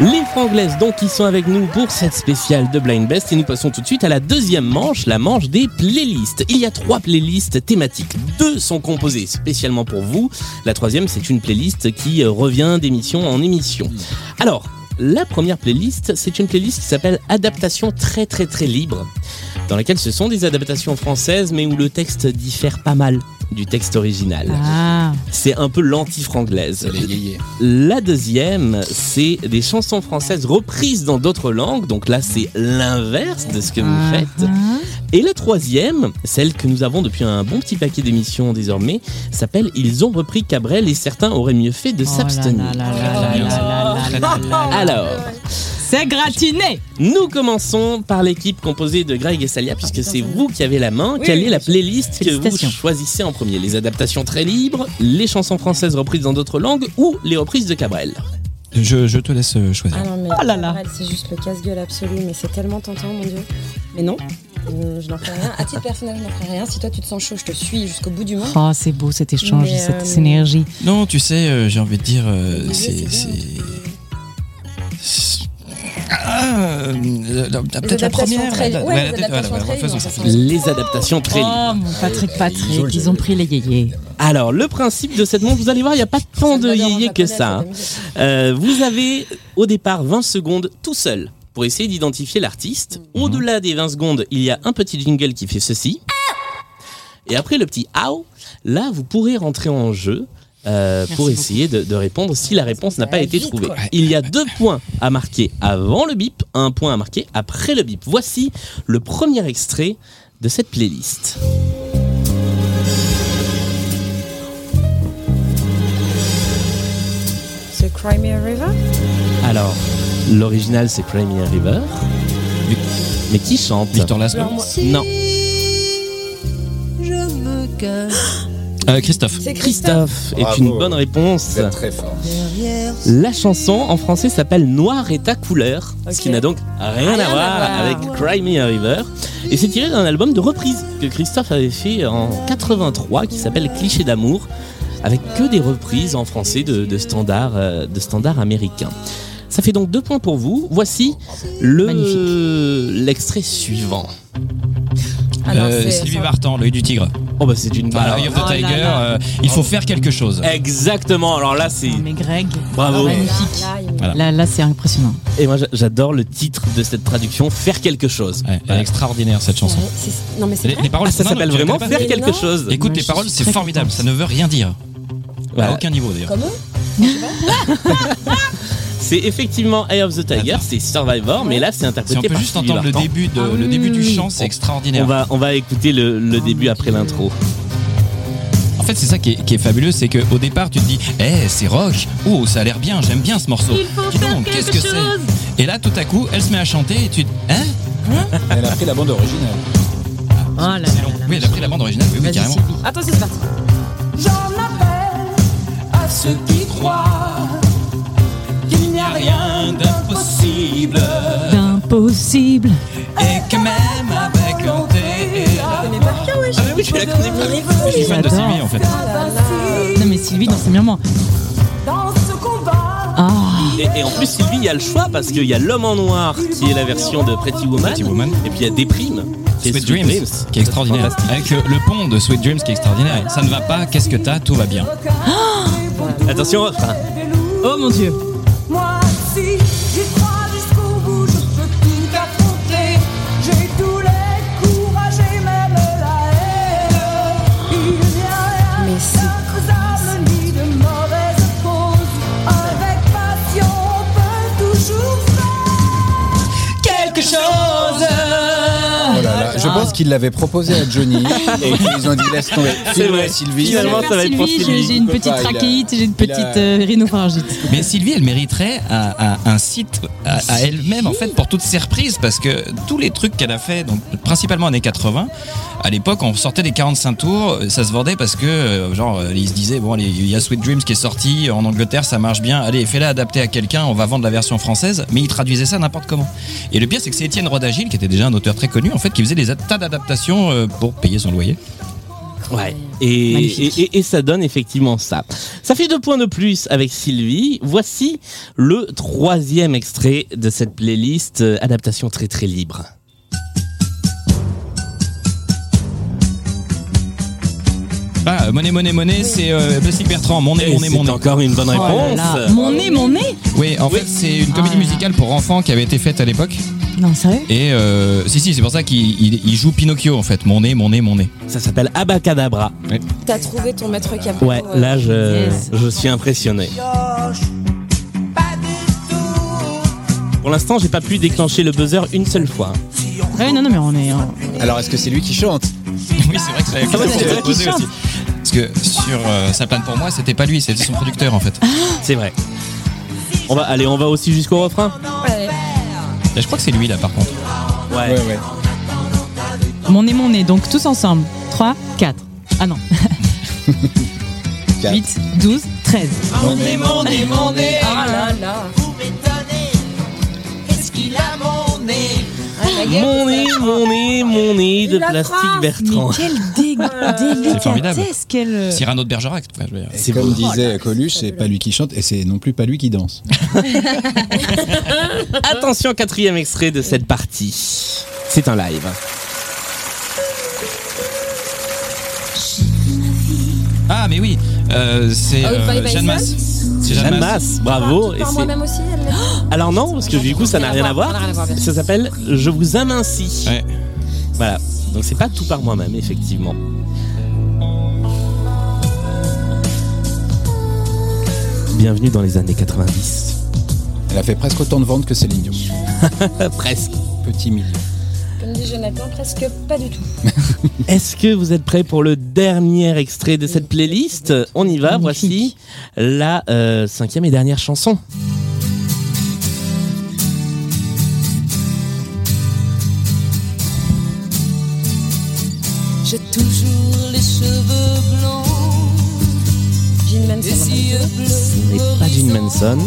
Speaker 1: Les Franglaises donc qui sont avec nous pour cette spéciale de Blind Best et nous passons tout de suite à la deuxième manche, la manche des playlists. Il y a trois playlists thématiques. Deux sont composées spécialement pour vous. La troisième c'est une playlist qui euh, revient d'émission en émission. Alors, la première playlist c'est une playlist qui s'appelle Adaptation très très très libre dans laquelle ce sont des adaptations françaises mais où le texte diffère pas mal du texte original.
Speaker 5: Ah.
Speaker 1: C'est un peu l'anti-franglaise. La deuxième, c'est des chansons françaises reprises dans d'autres langues. Donc là, c'est l'inverse de ce
Speaker 5: Ah.
Speaker 1: que vous faites. Et la troisième, celle que nous avons depuis un bon petit paquet d'émissions désormais, s'appelle Ils ont repris Cabrel et certains auraient mieux fait
Speaker 5: Oh
Speaker 1: de s'abstenir. Alors,
Speaker 5: c'est gratiné.
Speaker 1: nous commençons par l'équipe composée de Greg et Salia, puisque c'est vous qui avez la main.
Speaker 5: Oui,
Speaker 1: Quelle
Speaker 5: oui,
Speaker 1: est la
Speaker 5: oui.
Speaker 1: playlist que vous
Speaker 5: Félicitations.
Speaker 1: choisissez en premier Les adaptations très libres, les chansons françaises reprises dans d'autres langues ou les reprises de Cabrel
Speaker 2: Je, je te laisse euh, choisir.
Speaker 4: Ah non, mais
Speaker 5: Oh là là.
Speaker 4: Cabrel, c'est juste le casse-gueule absolu, mais c'est tellement tentant, mon dieu. Mais non, euh, je n'en ferai rien. À titre personnel, je n'en ferai rien. Si toi tu te sens chaud, je te suis jusqu'au bout du monde.
Speaker 5: Oh, c'est beau cet échange,
Speaker 4: Mais,
Speaker 5: cette
Speaker 4: euh,
Speaker 5: synergie.
Speaker 2: Non, tu sais, euh, j'ai envie de dire, euh, c'est. c'est- Ah, euh, la- la- Peut-être la
Speaker 4: adaptations
Speaker 2: première.
Speaker 4: très-
Speaker 2: la-
Speaker 4: ouais,
Speaker 2: ouais,
Speaker 4: les
Speaker 2: la- peut-être-
Speaker 4: adaptations
Speaker 2: voilà,
Speaker 4: très
Speaker 2: voilà, faisons
Speaker 4: libres,
Speaker 2: ça.
Speaker 4: ça,
Speaker 1: Les adaptations très libres.
Speaker 5: Oh, mon Patrick, Patrick, ils ont pris les yéyés.
Speaker 1: Alors, le principe de cette montre, vous allez voir, il n'y a pas tant de yéyé que ça. hein. Euh, vous avez au départ 20 secondes tout seul pour essayer d'identifier l'artiste. Au-delà des 20 secondes, il y a un petit jingle qui fait ceci. Et après le petit how, là, vous pourrez rentrer en jeu. euh, pour essayer de, de répondre si la réponse n'a pas été trouvée. Il y a deux points à marquer avant le bip, un point à marquer après le bip. Voici le premier extrait de cette playlist.
Speaker 4: Ce Crimea River
Speaker 1: Alors, l'original c'est Premier River. Mais qui chante
Speaker 2: Victor Laszlo
Speaker 1: Non.
Speaker 7: Je me cache
Speaker 2: Euh, Christophe.
Speaker 7: C'est
Speaker 1: Christophe est
Speaker 3: Bravo.
Speaker 1: une bonne réponse.
Speaker 3: Vous êtes très fort.
Speaker 7: derrière.
Speaker 1: La chanson en français s'appelle Noir et ta couleur, ce
Speaker 4: Ok.
Speaker 1: qui n'a donc rien,
Speaker 4: Rien
Speaker 1: à
Speaker 4: à
Speaker 1: voir
Speaker 4: voir.
Speaker 1: avec Cry Me a River. Et c'est tiré d'un album de reprise que Christophe avait fait en 83 qui s'appelle Cliché d'amour, avec que des reprises en français de, de standards euh, de standards américains. Ça fait donc deux points pour vous. Voici le l'extrait suivant.
Speaker 4: Alors,
Speaker 2: Euh,
Speaker 4: Ah c'est-
Speaker 2: Sylvie
Speaker 4: c'est-
Speaker 2: Vartan, l'œil du tigre.
Speaker 1: Oh bah c'est une
Speaker 2: Voilà,
Speaker 1: balle.
Speaker 2: Eye of the
Speaker 5: Oh là
Speaker 2: Tiger,
Speaker 5: là.
Speaker 2: euh, il faut faire quelque chose.
Speaker 1: Eh. Exactement. Alors là c'est
Speaker 5: Mais Greg,
Speaker 1: bravo.
Speaker 5: magnifique.
Speaker 4: Là, Ah, il-
Speaker 2: Voilà.
Speaker 5: Là, là c'est impressionnant.
Speaker 1: Et moi j'a- j'adore le titre de cette traduction, faire quelque chose.
Speaker 2: Ouais, elle est extraordinaire cette chanson.
Speaker 4: C'est- c'est- Non, mais c'est
Speaker 2: Les,
Speaker 4: vrai.
Speaker 2: les paroles,
Speaker 1: Ah, ça
Speaker 2: non,
Speaker 1: s'appelle
Speaker 2: tu
Speaker 1: vraiment
Speaker 2: connais pas
Speaker 1: faire
Speaker 4: Mais
Speaker 1: quelque
Speaker 4: non.
Speaker 1: chose.
Speaker 2: Écoute,
Speaker 5: Moi,
Speaker 2: les
Speaker 5: je
Speaker 2: paroles,
Speaker 5: suis
Speaker 2: c'est
Speaker 5: très
Speaker 2: formidable.
Speaker 5: contente.
Speaker 2: Ça ne veut rien dire.
Speaker 1: Voilà.
Speaker 2: À aucun niveau d'ailleurs.
Speaker 4: Comme eux
Speaker 1: C'est effectivement Eye of the Tiger, c'est Survivor, mais là c'est
Speaker 2: Si on
Speaker 1: interprété
Speaker 2: peut
Speaker 1: par
Speaker 2: juste
Speaker 1: Sylvie
Speaker 2: entendre le
Speaker 1: Vartan.
Speaker 2: début, de, le début du chant, c'est extraordinaire.
Speaker 1: On va, on va écouter le, le début après l'intro.
Speaker 2: En fait, c'est ça qui est, qui est fabuleux, c'est qu'au départ, tu te dis, eh, c'est rock, oh, ça a l'air bien, j'aime bien ce morceau. Dis donc, qu'est-ce que c'est Et là, tout à coup, elle se met à chanter et tu te hein
Speaker 3: Elle a pris la bande originale.
Speaker 5: Oh là là
Speaker 2: C'est long.
Speaker 5: là là.
Speaker 2: Oui, elle a pris la bande originale, oui, oui,
Speaker 5: Vas-y,
Speaker 2: carrément.
Speaker 5: Sylvie.
Speaker 4: Attends, c'est parti.
Speaker 7: J'en appelle à ceux qui croient qu'il n'y a rien d'impossible
Speaker 5: D'impossible.
Speaker 2: Et que même avec un thé.
Speaker 1: Ah, mais oui, je la connais pas.
Speaker 2: Je suis fan de
Speaker 5: J'adore.
Speaker 2: Sylvie, en fait.
Speaker 5: Non, mais Sylvie, dans ses murmures.
Speaker 7: dans ce combat.
Speaker 5: Ah,
Speaker 1: Et, et en plus, Sylvie, il y a le choix parce qu'il y a L'homme en noir qui est la version de Pretty Woman.
Speaker 2: Pretty Woman.
Speaker 1: Et puis il y a Des Primes. qui est
Speaker 2: Sweet Dreams, qui est extraordinaire.
Speaker 1: Fantastique.
Speaker 2: Avec euh, le pont de Sweet Dreams, qui est extraordinaire. Ça ne va pas, qu'est-ce que t'as, tout va bien.
Speaker 1: Ah Attention, refrain.
Speaker 5: Oh mon dieu.
Speaker 13: Moi, si j'y crois jusqu'au bout, je peux tout affronter. J'ai tous les courages et même la haine. Il n'y a rien d'infaisable ni de mauvaise cause. Avec passion, on peut toujours faire quelque chose.
Speaker 4: Ah,
Speaker 3: Oh là là, je pense qu'ils l'avaient proposé à Johnny et qu'ils ont dit laisse tomber.
Speaker 1: C'est
Speaker 3: Filme
Speaker 1: vrai.
Speaker 3: Sylvie.
Speaker 1: Finalement,
Speaker 5: Super Sylvie, j'ai- j'ai une petite trachéite, j'ai une petite euh, rhinopharyngite.
Speaker 2: Mais Sylvie, elle mériterait un, un- un site à, à elle-même, en fait, pour toutes ses reprises, parce que tous les trucs qu'elle a fait, donc principalement années 80, à l'époque, on sortait des 45 tours, ça se vendait parce que, euh, genre, euh, ils se disaient, bon, allez, il y a Sweet Dreams qui est sorti, en Angleterre, ça marche bien, allez, fais-la adapter à quelqu'un, on va vendre la version française, mais ils traduisaient ça n'importe comment. Et le pire, c'est que c'est Étienne Rodagil, qui était déjà un auteur très connu, en fait, qui faisait des tas d'adaptations euh, pour payer son loyer.
Speaker 1: Ouais. Et, et, et- et ça donne effectivement ça. Ça fait deux points de plus avec Sylvie. Voici le troisième extrait de cette playlist euh, adaptation très très libre.
Speaker 2: Ah, monnaie, monnaie, monnaie, c'est euh, Plastic Bertrand, mon nez, mon nez, mon nez.
Speaker 1: encore une bonne
Speaker 5: Oh là là. Mon nez, mon nez
Speaker 2: Oui, en fait, c'est une comédie musicale pour enfants qui avait été faite à l'époque.
Speaker 5: Non, sérieux
Speaker 2: Et euh, si, si, c'est pour ça qu'il il- il joue Pinocchio en fait. Mon nez, mon nez, mon nez.
Speaker 1: Ça s'appelle Abacadabra.
Speaker 4: T'as trouvé ton maître euh, capot.
Speaker 1: Ouais, là je,
Speaker 4: Oh, Yes.
Speaker 1: je suis impressionné. Pour l'instant, j'ai pas pu déclencher le buzzer une seule fois.
Speaker 5: Ouais, non, non, mais on est. hein.
Speaker 3: Alors, est-ce que c'est lui qui chante
Speaker 2: Oui, c'est vrai que
Speaker 1: Ah
Speaker 2: ça
Speaker 1: ouais, c'est vrai qu'il chante.
Speaker 2: Parce que sur euh, Ça plane pour moi, c'était pas lui, c'était son producteur en fait.
Speaker 1: C'est vrai. On va, allez, on va aussi jusqu'au refrain.
Speaker 2: Là, je crois que c'est lui là par contre.
Speaker 1: Ouais.
Speaker 5: Mon nez, mon nez. Donc tous ensemble. 3, 4. Ah non. 8, 12, 13.
Speaker 13: Mon nez, mon nez, mon nez.
Speaker 5: Ah là là.
Speaker 13: Vous m'étonnez. Qu'est-ce qu'il a mon nez
Speaker 1: Mon nez, mon nez, mon nez de
Speaker 13: La
Speaker 1: plastique
Speaker 13: phrase,
Speaker 1: Bertrand.
Speaker 5: Quel dé
Speaker 2: C'est formidable.
Speaker 5: délicatesse, euh, quel.
Speaker 2: Cyrano de Bergerac. enfin, je veux dire.
Speaker 3: C'est comme
Speaker 5: Oh,
Speaker 3: disait Coluche, c'est pas lui qui chante et c'est non plus pas lui qui danse.
Speaker 1: Attention, quatrième extrait de cette partie. C'est un live.
Speaker 2: Ah, mais oui, euh, c'est
Speaker 4: Oh,
Speaker 2: euh,
Speaker 4: Bye Bye
Speaker 2: Jeanne Masse. C'est
Speaker 1: Jeanne Masse, bravo. Et
Speaker 4: Par
Speaker 1: c'est-
Speaker 4: moi-même aussi, elle l'a-
Speaker 1: Alors non, parce que du coup, ça n'a rien à voir.
Speaker 4: Ça n'a rien à voir, bien sûr.
Speaker 1: Ça s'appelle Je vous amincis.
Speaker 2: Ouais.
Speaker 1: Voilà. Donc c'est pas tout par moi-même, effectivement. Bienvenue dans les années 90.
Speaker 3: Elle a fait presque autant de ventes que Céline Dion.
Speaker 1: Euh, Presque.
Speaker 3: Petit million.
Speaker 4: Comme dit Jonathan, presque pas du tout.
Speaker 1: Est-ce que vous êtes prêts pour le dernier extrait de cette playlist On y va, voici la euh, cinquième et dernière chanson.
Speaker 13: J'ai toujours les cheveux blancs.
Speaker 4: Gene Manson.
Speaker 13: Des yeux
Speaker 1: Ce
Speaker 13: bleus.
Speaker 1: n'est pas Gene Manson.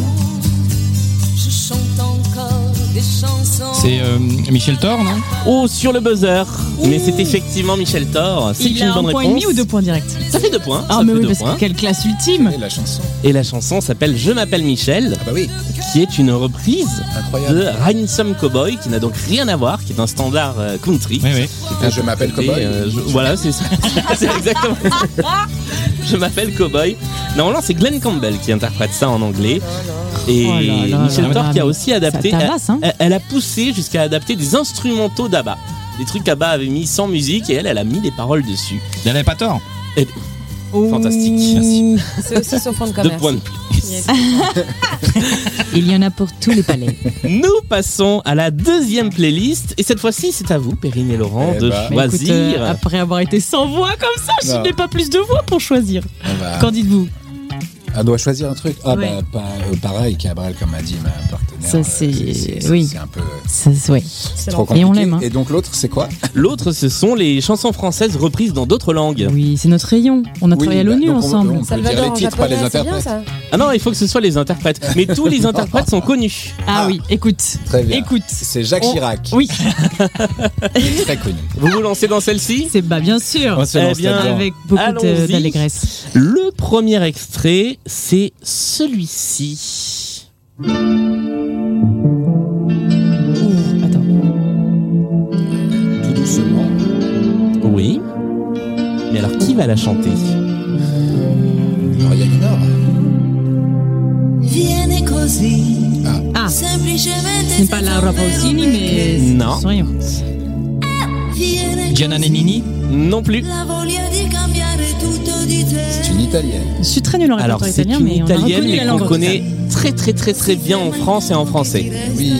Speaker 13: Je chante encore des chansons.
Speaker 2: C'est euh, Michel Thor, non
Speaker 1: Oh, sur le buzzer Mais c'est effectivement Michel Thor. C'est
Speaker 5: Il
Speaker 1: une
Speaker 5: a un
Speaker 1: bonne
Speaker 5: point et
Speaker 1: réponse.
Speaker 5: demi ou deux points directs
Speaker 1: Ça fait deux points.
Speaker 5: Ah,
Speaker 1: ça
Speaker 5: mais
Speaker 1: fait
Speaker 5: oui,
Speaker 1: deux
Speaker 5: parce
Speaker 1: points.
Speaker 5: que quelle classe ultime
Speaker 3: Et la chanson.
Speaker 1: Et la chanson s'appelle Je m'appelle Michel,
Speaker 3: Ah bah oui,
Speaker 1: qui est une reprise
Speaker 3: incroyable.
Speaker 1: de Ransom Cowboy, qui n'a donc rien à voir, qui est un standard euh, country.
Speaker 2: Oui, oui.
Speaker 3: Ah, je m'appelle
Speaker 1: Et,
Speaker 3: Cowboy.
Speaker 1: euh, je- voilà, c'est ça. c'est exactement. je m'appelle Cowboy. Normalement, c'est Glenn Campbell qui interprète ça en anglais. Et
Speaker 5: Oh là là
Speaker 1: Michel
Speaker 5: là
Speaker 1: Thor
Speaker 5: là,
Speaker 1: qui a
Speaker 5: mais
Speaker 1: aussi adapté.
Speaker 5: ça tabasse, hein.
Speaker 1: elle, elle a poussé jusqu'à adapter des instrumentaux d'Abba. Des trucs qu'Abba avait mis sans musique et elle, elle a mis des paroles dessus.
Speaker 2: Il avait pas tort.
Speaker 1: Fantastique.
Speaker 2: Merci.
Speaker 4: C'est aussi son fond de
Speaker 1: Deux
Speaker 4: commerce.
Speaker 1: points de plus.
Speaker 4: Yes.
Speaker 5: Il y en a pour tous les palais.
Speaker 1: Nous passons à la deuxième playlist. Et cette fois-ci, c'est à vous, Perrine et Laurent,
Speaker 3: Eh
Speaker 1: de
Speaker 3: bah.
Speaker 5: Bah, écoute,
Speaker 1: choisir.
Speaker 5: euh, après avoir été sans voix comme ça, je
Speaker 3: Non. Ah.
Speaker 5: n'ai pas plus de voix pour choisir.
Speaker 3: On va-
Speaker 5: Qu'en dites-vous
Speaker 3: On doit choisir un truc. Ah
Speaker 5: Ouais.
Speaker 3: bah pas, euh, pareil, Cabral comme a dit ma partenaire.
Speaker 5: Ça,
Speaker 3: euh,
Speaker 5: c'est-
Speaker 3: c'est-
Speaker 5: oui.
Speaker 3: C'est un peu euh,
Speaker 5: Ça, ouais.
Speaker 3: trop
Speaker 5: Et
Speaker 3: compliqué.
Speaker 5: on l'aime, hein.
Speaker 3: Et donc l'autre c'est quoi
Speaker 1: L'autre, ce sont les chansons françaises reprises dans d'autres langues.
Speaker 5: Oui, c'est notre rayon. On a travaillé à
Speaker 3: bah,
Speaker 5: l'ONU
Speaker 3: donc on-
Speaker 5: ensemble.
Speaker 3: on peut dire
Speaker 4: Salvador
Speaker 3: les
Speaker 4: en
Speaker 3: titres, pas les
Speaker 4: japonais, c'est bien
Speaker 3: interprètes.
Speaker 4: ça.
Speaker 1: Ah non, il faut que ce soit les interprètes. Mais tous les interprètes sont connus.
Speaker 5: Ah oui, écoute.
Speaker 3: Très bien.
Speaker 5: Écoute.
Speaker 3: C'est Jacques
Speaker 5: On-
Speaker 3: Chirac,
Speaker 5: Oh. Oui,
Speaker 3: très connu.
Speaker 1: Vous vous lancez dans celle-ci
Speaker 5: c'est bah, bien sûr.
Speaker 3: On se
Speaker 1: Eh
Speaker 3: lance
Speaker 1: bien,
Speaker 3: là-dedans.
Speaker 5: Avec beaucoup de-
Speaker 1: Allons-y.
Speaker 5: d'allégresse.
Speaker 1: Le premier extrait, c'est celui-ci.
Speaker 5: Ouh, Attends.
Speaker 3: tout doucement.
Speaker 1: Oui. Mais alors, qui va la chanter
Speaker 3: Gloria Gaynor.
Speaker 6: Viens
Speaker 10: viene così.
Speaker 5: Ah.
Speaker 10: Semplicemente
Speaker 5: Ce n'est pas Laura Pausini, mais.
Speaker 1: Non.
Speaker 10: viene
Speaker 2: Gianna Nannini
Speaker 1: Non plus.
Speaker 10: la voglia di cambiare tutto di te.
Speaker 3: C'est une italienne.
Speaker 5: Je suis très nul en
Speaker 1: Alors,
Speaker 5: répertoire
Speaker 1: c'est
Speaker 5: italien,
Speaker 1: une
Speaker 5: mais on a
Speaker 1: italienne,
Speaker 5: reconnu la
Speaker 1: mais qu'on
Speaker 5: langue.
Speaker 1: connaît très, très, très, très bien en France et en français.
Speaker 5: Ah,
Speaker 3: Oui,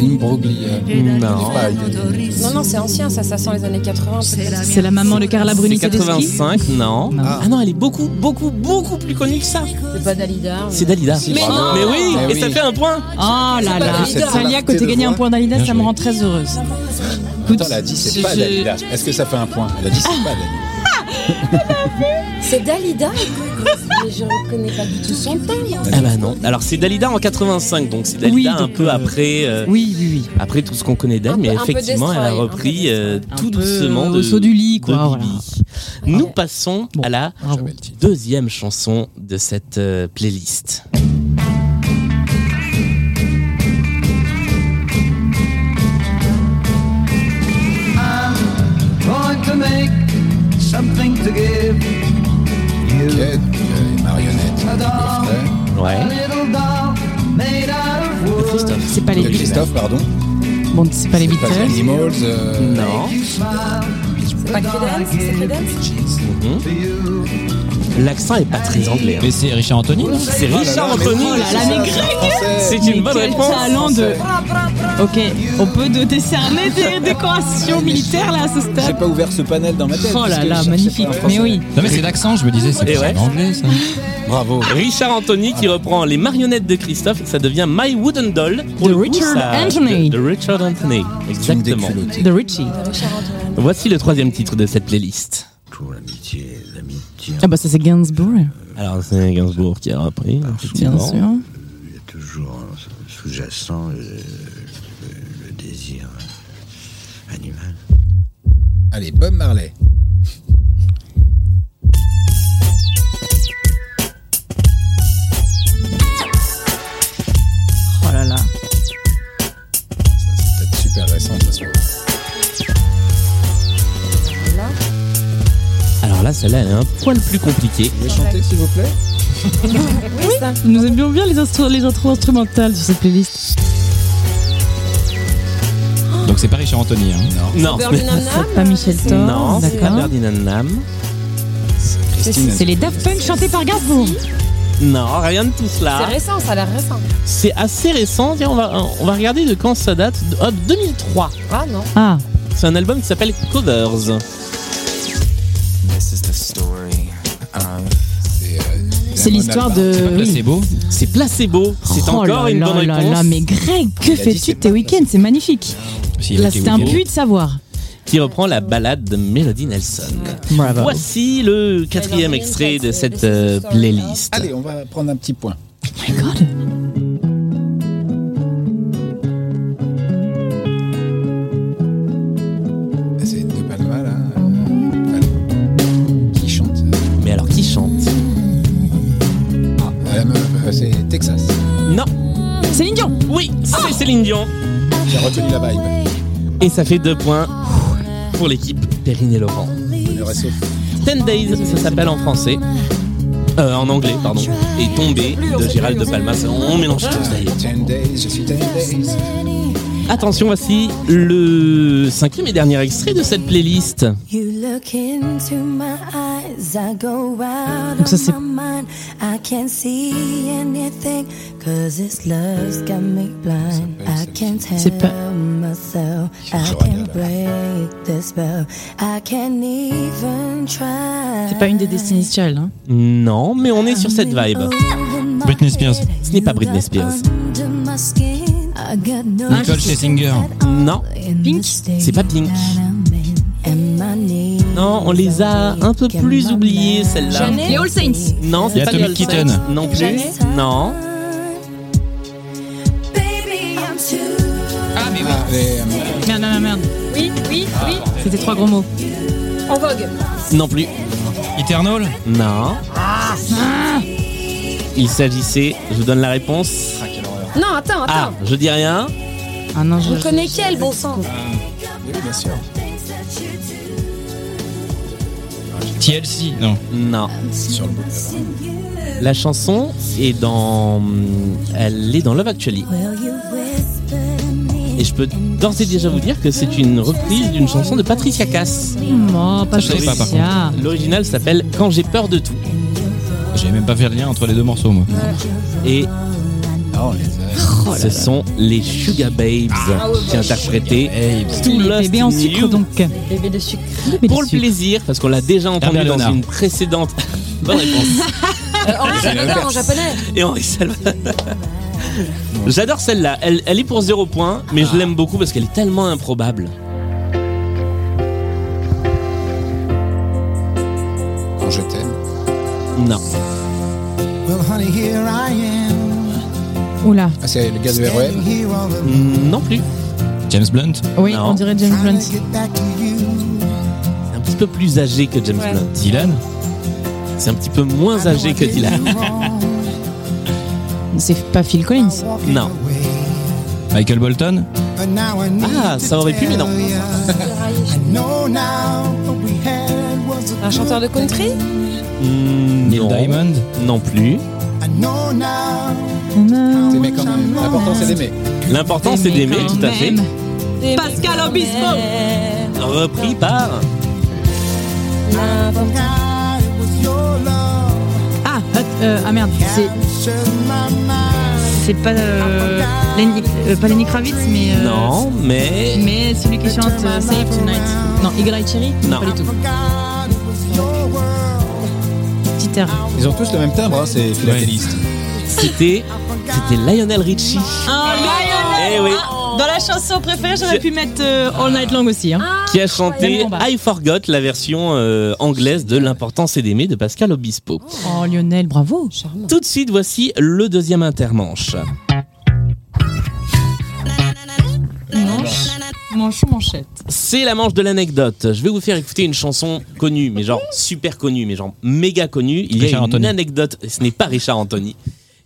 Speaker 3: Imbroglia.
Speaker 5: Mmh.
Speaker 1: Non.
Speaker 4: Non, non, c'est ancien, ça, ça sent les années 80. peut-être.
Speaker 5: C'est la maman de Carla Bruni
Speaker 1: C'est
Speaker 5: Tedeschi
Speaker 1: 85, non. Ah non, elle est beaucoup, beaucoup, beaucoup plus connue que ça.
Speaker 4: C'est pas Dalida. hein.
Speaker 1: C'est Dalida.
Speaker 4: Mais
Speaker 1: Bravo.
Speaker 4: non
Speaker 1: Mais oui,
Speaker 4: Mais
Speaker 1: et ça
Speaker 4: oui.
Speaker 1: fait un point.
Speaker 5: Oh là là,
Speaker 3: Dalida.
Speaker 5: Salia, quand t'es gagné un point d'Alida, ça me rend très heureuse.
Speaker 3: Attends, elle a dit c'est
Speaker 5: je-
Speaker 3: pas
Speaker 5: je-
Speaker 3: Dalida. Est-ce que ça fait un point Elle a dit c'est pas Dalida.
Speaker 4: C'est Dalida Mais je reconnais pas du tout son temps.
Speaker 1: Ah bah non. Alors c'est Dalida en 85, donc c'est Dalida
Speaker 5: Oui,
Speaker 1: un
Speaker 5: donc,
Speaker 1: peu
Speaker 5: euh,
Speaker 1: après. euh,
Speaker 5: Oui, oui, oui.
Speaker 1: Après tout ce qu'on connaît d'elle, mais
Speaker 5: peu- un peu
Speaker 1: effectivement, elle a
Speaker 5: destroy, un peu
Speaker 1: repris euh, tout
Speaker 5: Un peu,
Speaker 1: doucement
Speaker 5: euh,
Speaker 1: de,
Speaker 5: au saut du lit, quoi,
Speaker 1: de
Speaker 5: voilà.
Speaker 1: Bibi. Nous passons à la
Speaker 5: Ah
Speaker 1: deuxième chanson de cette euh, playlist.
Speaker 9: I'm
Speaker 13: Oh,
Speaker 9: going to make something to give
Speaker 3: Ok, donc euh, les marionnettes,
Speaker 9: a doll,
Speaker 3: le
Speaker 9: a little doll made out of wood.
Speaker 5: C'est pas les
Speaker 3: De Christophe, pardon.
Speaker 5: Bon, c'est pas les
Speaker 3: Pas les
Speaker 5: Beatles.
Speaker 3: Animals. euh,
Speaker 1: Non.
Speaker 9: You smile,
Speaker 4: C'est pas Credence C'est Credence
Speaker 1: Mhm. L'accent est pas très anglais. hein.
Speaker 2: Mais c'est Richard Anthony, non
Speaker 1: C'est Richard
Speaker 3: là, mais
Speaker 1: Anthony.
Speaker 5: Oh là là, mais Greg
Speaker 1: C'est
Speaker 5: Mais
Speaker 1: une bonne
Speaker 5: quel
Speaker 1: réponse.
Speaker 5: talent de. Ok, on peut te décerner des décorations militaires là à ce
Speaker 3: J'ai
Speaker 5: stade.
Speaker 3: pas ouvert ce panel dans ma tête.
Speaker 5: Oh
Speaker 3: parce
Speaker 5: là
Speaker 3: que je
Speaker 5: là,
Speaker 3: cherchais
Speaker 5: magnifique.
Speaker 3: pas un français.
Speaker 5: Mais oui.
Speaker 2: Non, mais c'est l'accent, je me disais, c'est
Speaker 1: Et
Speaker 2: pas
Speaker 1: ouais.
Speaker 2: en anglais ça.
Speaker 3: Bravo.
Speaker 1: Richard Anthony qui reprend les marionnettes de Christophe et ça devient My Wooden Doll pour
Speaker 5: De
Speaker 1: le coup,
Speaker 5: Richard
Speaker 1: ça-
Speaker 5: Anthony.
Speaker 1: De, de Richard Anthony,
Speaker 3: Tu me
Speaker 1: exactement.
Speaker 3: déculottes.
Speaker 5: De Richie.
Speaker 1: Voici le troisième titre de cette playlist.
Speaker 5: Ah bah ça c'est Gainsbourg,
Speaker 1: Alors c'est Gainsbourg qui a repris.
Speaker 5: bien
Speaker 1: effectivement.
Speaker 5: sûr.
Speaker 9: toujours hein, sous-jacent le, désir hein, animal.
Speaker 3: Allez, Bob Marley.
Speaker 5: Oh là là.
Speaker 3: Ça, C'est peut-être super récent, ça se voit.
Speaker 1: Alors là, celle-là, elle est un poil plus compliquée.
Speaker 3: Vous pouvez chanter, s'il vous plaît
Speaker 5: Nous aimions bien les, instru- les intros instrumentales sur cette playlist.
Speaker 2: Donc c'est pas Richard Anthony. Hein.
Speaker 1: Non,
Speaker 4: Berlin Nam Nam
Speaker 5: Pas Michel Thor,
Speaker 1: non, c'est pas
Speaker 5: d'accord.
Speaker 1: Berdine Nam.
Speaker 3: Christine.
Speaker 5: C'est les Daft Punk chantés par Gainsbourg.
Speaker 1: Non, rien de tout
Speaker 4: C'est
Speaker 1: cela.
Speaker 4: récent, ça a l'air récent.
Speaker 1: C'est assez récent. Tiens, on va, on va regarder de quand ça date. De- oh, Hop, 2003.
Speaker 4: Ah non.
Speaker 5: Ah,
Speaker 1: C'est un album qui s'appelle Covers.
Speaker 3: C'est, euh,
Speaker 5: c'est
Speaker 3: Damon
Speaker 5: l'histoire
Speaker 3: Albarn.
Speaker 2: C'est pas
Speaker 5: de. oui.
Speaker 2: placebo.
Speaker 1: C'est Placebo. C'est
Speaker 5: Oh
Speaker 1: encore
Speaker 5: là
Speaker 1: une
Speaker 5: là
Speaker 1: bonne
Speaker 5: là
Speaker 1: réponse.
Speaker 5: là, mais Greg, que
Speaker 3: Il a dit
Speaker 5: fais-tu
Speaker 3: c'est
Speaker 5: de tes
Speaker 3: pas-
Speaker 5: week-ends C'est magnifique.
Speaker 2: Si, il
Speaker 5: Là,
Speaker 2: était
Speaker 5: c'est un
Speaker 2: Willy.
Speaker 5: puits de savoir.
Speaker 1: Qui reprend la balade de Melody Nelson.
Speaker 5: Bah Bravo.
Speaker 1: Voici le quatrième
Speaker 4: Melody
Speaker 1: extrait
Speaker 4: Nelson,
Speaker 1: de
Speaker 4: c'est
Speaker 1: cette
Speaker 4: This is
Speaker 1: euh,
Speaker 4: the story
Speaker 1: playlist.
Speaker 3: Allez, on va prendre un petit point.
Speaker 5: Oh my god.
Speaker 3: C'est De Palma, là. euh, Palma. Qui chante euh,
Speaker 1: Mais alors, qui chante
Speaker 3: ah, la meuf, euh, C'est Texas.
Speaker 1: Non.
Speaker 5: Céline Dion.
Speaker 1: Oui, c'est Céline Dion.
Speaker 3: J'ai reconnu la vibe.
Speaker 1: Et ça fait deux points pour l'équipe Perrine et Laurent.
Speaker 3: Le réseau.
Speaker 1: 10 Days, ça s'appelle en français. Euh, en anglais, pardon. Et Tombé de Gérald de Palma. C'est- On mélange tout ça y est.
Speaker 3: 10 euh, days, je suis 10 days.
Speaker 1: Attention, voici le cinquième et dernier extrait de cette playlist.
Speaker 10: You look into my eyes, I go out
Speaker 5: Donc ça,
Speaker 10: of
Speaker 5: c'est-
Speaker 10: my mind. I can't see anything, cause this love's got me blind. I can't
Speaker 5: C'est pas-
Speaker 10: tell myself, I can't break the spell, I can't even try.
Speaker 5: C'est pas une des Destiny's Child. Hein.
Speaker 1: Non, Ah, mais on est sur cette vibe.
Speaker 2: Britney Spears.
Speaker 1: Ce n'est pas Britney Spears.
Speaker 2: Nicole Scherzinger.
Speaker 1: Non,
Speaker 5: Pink
Speaker 1: c'est pas Pink. Non, on les a un peu plus oubliées,
Speaker 4: Ah.
Speaker 1: celles-là.
Speaker 5: Les All Saints.
Speaker 1: Non,
Speaker 2: Il y
Speaker 1: c'est
Speaker 2: a
Speaker 1: pas
Speaker 2: Tommy
Speaker 1: Girl Saints.
Speaker 2: Keaton.
Speaker 1: Non plus.
Speaker 4: Janet
Speaker 1: Non.
Speaker 2: Ah, mais oui.
Speaker 3: Ah, les, euh,
Speaker 5: Merde, merde, merde.
Speaker 4: Oui, oui, oui.
Speaker 5: C'était trois gros mots.
Speaker 4: En vogue.
Speaker 1: Non plus.
Speaker 2: Eternal.
Speaker 1: Non.
Speaker 2: Ah,
Speaker 1: Il s'agissait, je vous donne la réponse.
Speaker 4: Non, attends,
Speaker 1: Ah,
Speaker 4: attends.
Speaker 1: je dis rien.
Speaker 5: Ah non,
Speaker 4: Je
Speaker 5: je.
Speaker 4: connais quel Ah, bon sang
Speaker 3: oui, bien sûr.
Speaker 2: TLC, non
Speaker 1: Non.
Speaker 2: Sur le bout
Speaker 1: La chanson est dans. Elle est dans Love Actually. Et je peux d'ores et déjà vous dire que c'est une reprise d'une chanson de Patricia Cass.
Speaker 5: Non,
Speaker 1: Ça,
Speaker 5: pas
Speaker 1: je savais
Speaker 5: Patricia.
Speaker 1: pas, par contre. L'original s'appelle Quand j'ai peur de tout.
Speaker 2: J'ai même pas fait le lien entre les deux morceaux, moi.
Speaker 1: Et
Speaker 5: Oh là
Speaker 1: ce
Speaker 5: là.
Speaker 1: sont les Sugar Babes qui interprétaient tout
Speaker 5: Les
Speaker 1: Lost
Speaker 5: bébés en
Speaker 1: in
Speaker 5: sucre
Speaker 1: You.
Speaker 5: donc.
Speaker 4: Bébé de sucre.
Speaker 1: Pour le plaisir, parce qu'on l'a déjà entendu
Speaker 2: Herbert
Speaker 1: dans
Speaker 2: Léonard.
Speaker 1: une précédente. Bonne réponse.
Speaker 4: Henri Salvador Euh, en japonais.
Speaker 1: Et Henri Salvador. J'adore celle-là. Elle, elle est pour 0 point, mais je l'aime beaucoup parce qu'elle est tellement improbable.
Speaker 3: Quand je t'aime.
Speaker 1: Non.
Speaker 9: Well, honey, here I am.
Speaker 5: Oula.
Speaker 3: Ah, c'est le gars de REM.
Speaker 9: Here all the
Speaker 1: Non plus.
Speaker 2: James Blunt
Speaker 5: Oui,
Speaker 1: Non.
Speaker 5: on dirait James Blunt.
Speaker 9: get back to you.
Speaker 1: Un petit peu plus âgé que James
Speaker 5: Ouais.
Speaker 1: Blunt.
Speaker 2: Dylan
Speaker 1: C'est un petit peu Ah moins âgé que Dylan.
Speaker 5: C'est pas Phil Collins.
Speaker 1: Non.
Speaker 2: Michael Bolton
Speaker 9: But now I need
Speaker 1: Ah, ça aurait pu, mais non.
Speaker 9: I know now what we had was a
Speaker 4: Un chanteur de country
Speaker 1: Mm,
Speaker 2: Neil
Speaker 1: non.
Speaker 2: Diamond
Speaker 1: Non plus.
Speaker 9: I know now.
Speaker 3: C'est mais quand même. L'important, c'est d'aimer.
Speaker 1: L'important, c'est d'aimer,
Speaker 5: quand
Speaker 1: tout à fait.
Speaker 5: même.
Speaker 4: Pascal Obispo
Speaker 1: Repris par.
Speaker 9: God, it was your love.
Speaker 5: Ah, euh, ah merde, c'est
Speaker 9: Captured my mind.
Speaker 5: c'est pas euh, Lenny, euh, pas Lenny Kravitz mais euh,
Speaker 1: Non, mais.
Speaker 5: mais celui qui chante euh, Save Tonight. Non, Eagle Eye Cherry,
Speaker 1: Non.
Speaker 5: pas du tout.
Speaker 9: God, it was your world.
Speaker 5: Petit air.
Speaker 3: Ils ont tous le même timbre, hein, c'est philatéliste.
Speaker 1: C'était. C'était Lionel Richie. Eh oui.
Speaker 5: Ah, oh. Dans la chanson préférée, j'aurais pu mettre euh, All Night Long aussi. Hein.
Speaker 1: Qui a chanté
Speaker 5: Même combat.
Speaker 1: I Forgot, la version euh, anglaise de L'important c'est d'aimer de Pascal Obispo.
Speaker 5: Oh Lionel, bravo.
Speaker 1: Tout de suite, voici le deuxième intermanche.
Speaker 5: Manche, manchon, manchette.
Speaker 1: C'est la manche de l'anecdote. Je vais vous faire écouter une chanson connue, mais genre super connue, mais genre méga connue. Il y a
Speaker 2: Richard
Speaker 1: une
Speaker 2: Anthony.
Speaker 1: anecdote, et ce n'est pas Richard Anthony.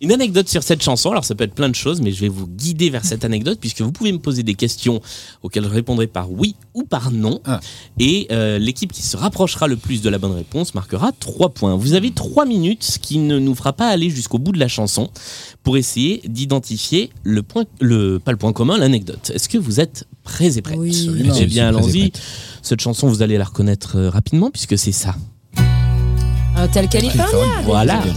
Speaker 1: Une anecdote sur cette chanson, alors ça peut être plein de choses, mais je vais vous guider vers cette anecdote puisque vous pouvez me poser des questions auxquelles je répondrai par oui ou par non.
Speaker 3: Ah.
Speaker 1: Et euh, l'équipe qui se rapprochera le plus de la bonne réponse marquera 3 points. Vous avez 3 minutes, ce qui ne nous fera pas aller jusqu'au bout de la chanson, pour essayer d'identifier le point, le, pas le point commun, l'anecdote. Est-ce que vous êtes prêts et prêtes
Speaker 4: Oui.
Speaker 3: Absolument.
Speaker 1: eh bien,
Speaker 3: Je suis très
Speaker 1: allons-y.
Speaker 3: épate.
Speaker 1: Cette chanson, vous allez la reconnaître euh, rapidement puisque c'est ça.
Speaker 4: Tel California.
Speaker 1: Voilà.
Speaker 4: des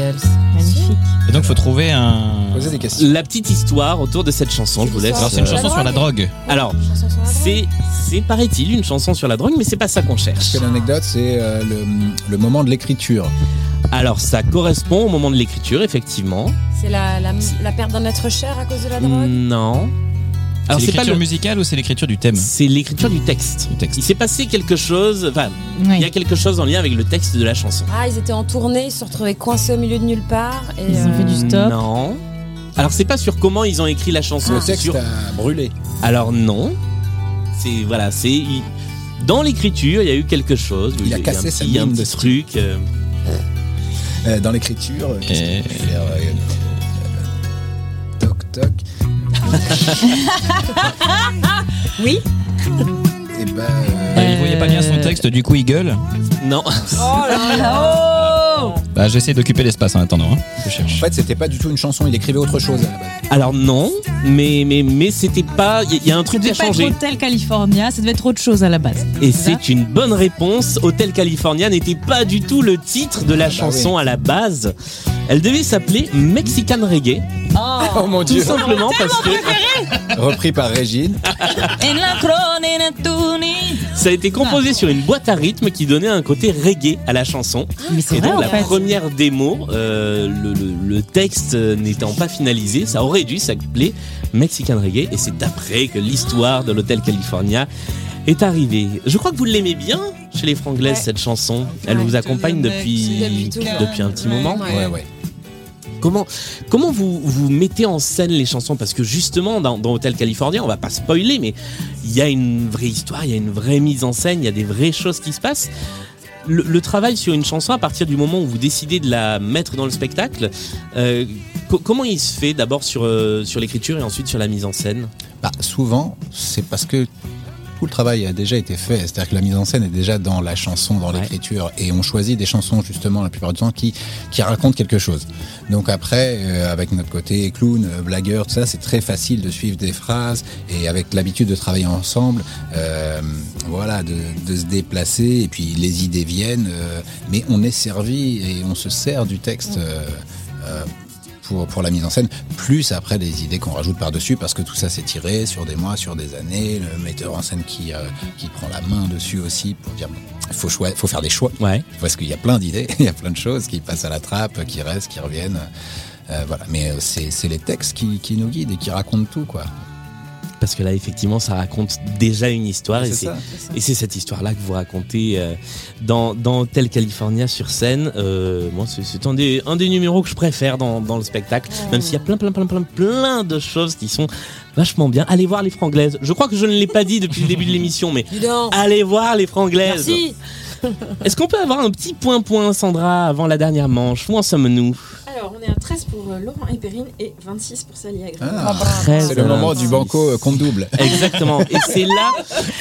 Speaker 4: Eagles.
Speaker 5: Magnifique.
Speaker 2: Et donc, faut trouver un.
Speaker 3: Posez des questions.
Speaker 1: La petite histoire autour de cette chanson, je vous laisse.
Speaker 2: Alors, c'est une
Speaker 1: euh,
Speaker 2: chanson sur la drogue.
Speaker 1: Alors,
Speaker 4: Chanson sur la drogue.
Speaker 1: c'est, c'est paraît-il une chanson sur la drogue, mais c'est pas ça qu'on
Speaker 3: Parce
Speaker 1: cherche.
Speaker 3: que l'anecdote, c'est euh, le, le moment de l'écriture.
Speaker 1: Alors, ça correspond au moment de l'écriture, effectivement.
Speaker 4: C'est la, la, la perte d'un être cher à cause de la drogue
Speaker 1: Non. Alors,
Speaker 2: c'est
Speaker 1: c'est pas
Speaker 2: l'écriture
Speaker 1: le-
Speaker 2: musicale ou c'est l'écriture du thème
Speaker 1: C'est l'écriture du texte.
Speaker 2: Du texte.
Speaker 1: Il s'est passé quelque chose. Enfin, il y a quelque chose en lien avec le texte de la chanson.
Speaker 4: Ah, ils étaient en tournée, ils se retrouvaient coincés au milieu de nulle part. Et, euh,
Speaker 5: Ils ont fait du stop.
Speaker 1: Non. Alors, c'est pas sur comment ils ont écrit la chanson.
Speaker 3: Ah. Le
Speaker 1: c'est
Speaker 3: texte
Speaker 1: sur
Speaker 3: a brûlé.
Speaker 1: Alors non, c'est voilà, c'est il- dans l'écriture, il y a eu quelque chose.
Speaker 3: Il a
Speaker 1: y eu
Speaker 3: cassé
Speaker 1: un
Speaker 3: sa
Speaker 1: petit-
Speaker 3: mine
Speaker 1: un
Speaker 3: de
Speaker 1: petit truc. euh,
Speaker 3: Euh, dans l'écriture, euh, qu'est-ce
Speaker 2: Et-
Speaker 3: qu'on peut faire euh, euh, Toc toc.
Speaker 4: Oui.
Speaker 3: Et bah.
Speaker 2: Bah, Il voyait pas bien
Speaker 5: Euh.
Speaker 2: son texte, du coup, il gueule.
Speaker 1: non,
Speaker 4: Oh
Speaker 5: Ah,
Speaker 4: là là oh
Speaker 2: Bah, j'essaie d'occuper l'espace en attendant. hein. Je
Speaker 3: En
Speaker 2: cherche.
Speaker 3: fait, c'était pas du tout une chanson, il écrivait autre chose à la base.
Speaker 1: alors non, mais mais mais c'était pas. Il y, a un truc qui
Speaker 5: devait
Speaker 1: a
Speaker 5: pas
Speaker 1: changé.
Speaker 5: être Hotel California, ça devait être autre chose à la base.
Speaker 1: Et c'est une bonne réponse. Hotel California n'était pas du tout le titre de la
Speaker 3: bah
Speaker 1: chanson à la base. Elle devait s'appeler Mexican Reggae,
Speaker 3: Oh mon
Speaker 1: tout
Speaker 3: dieu
Speaker 1: simplement parce que
Speaker 3: Repris par Régine.
Speaker 13: Oh.
Speaker 1: ça a été composé sur une boîte à rythme qui donnait un côté reggae à la chanson.
Speaker 5: Mais c'est
Speaker 1: Et
Speaker 5: vrai
Speaker 1: donc
Speaker 5: en
Speaker 1: la
Speaker 5: fait.
Speaker 1: première démo, euh, le, le- le texte n'étant pas finalisé, ça aurait dû s'appeler Mexican Reggae et c'est d'après que l'histoire de l'hôtel California est arrivée. Je crois que vous l'aimez bien chez les Franglaises
Speaker 4: Ouais.
Speaker 1: cette chanson. Elle vous accompagne depuis
Speaker 4: Depuis
Speaker 1: depuis,
Speaker 4: toujours.
Speaker 1: un petit moment.
Speaker 4: Ouais.
Speaker 3: Ouais, ouais.
Speaker 1: Comment comment vous vous mettez en scène les chansons parce que justement dans, dans Hôtel California, on va pas spoiler mais il y a une vraie histoire, il y a une vraie mise en scène, il y a des vraies choses qui se passent. Le, le travail sur une chanson, à partir du moment où vous décidez de la mettre dans le spectacle, euh, co- comment il se fait d'abord sur, euh, sur l'écriture et ensuite sur la mise en scène
Speaker 3: Bah, souvent, c'est parce que tout le travail a déjà été fait. C'est-à-dire que la mise en scène est déjà dans la chanson, dans l'écriture, et on choisit des chansons justement la plupart du temps qui qui racontent quelque chose. Donc après, euh, avec notre côté clown, euh, blagueur, tout ça, c'est très facile de suivre des phrases et avec l'habitude de travailler ensemble, euh, voilà, de, de se déplacer et puis les idées viennent, euh, mais on est servi et on se sert du texte. euh, euh, pour, pour la mise en scène, plus après les idées qu'on rajoute par-dessus, parce que tout ça s'est tiré sur des mois, sur des années, le metteur en scène qui, euh, qui prend la main dessus aussi pour dire il faut, choi- faut faire des choix, parce qu'il y a plein d'idées, il y a plein de choses qui passent à la trappe, qui restent, qui reviennent. Euh, voilà. Mais euh, c'est c'est les textes qui, qui nous guident et qui racontent tout. quoi.
Speaker 1: Parce que là, effectivement, ça raconte déjà une histoire.
Speaker 3: C'est
Speaker 1: Et c'est
Speaker 3: ça, c'est ça.
Speaker 1: et c'est cette histoire-là que vous racontez euh, dans, dans Hotel California sur scène. Euh, moi, c'est- c'est un des, un des numéros que je préfère dans, dans le spectacle. Même s'il y a plein, plein, plein, plein, plein de choses qui sont vachement bien. Allez voir les franglaises. Je crois que je ne l'ai pas dit depuis le début de l'émission, mais allez voir les franglaises.
Speaker 8: Merci.
Speaker 1: Est-ce qu'on peut avoir un petit point-point, Sandra, avant la dernière manche Où en sommes-nous
Speaker 8: Alors, on est à 13 pour euh, Laurent et Perrine et 26 pour Sally Agré.
Speaker 1: Ah.
Speaker 3: C'est le moment du banco euh, compte double.
Speaker 1: Exactement. Et c'est là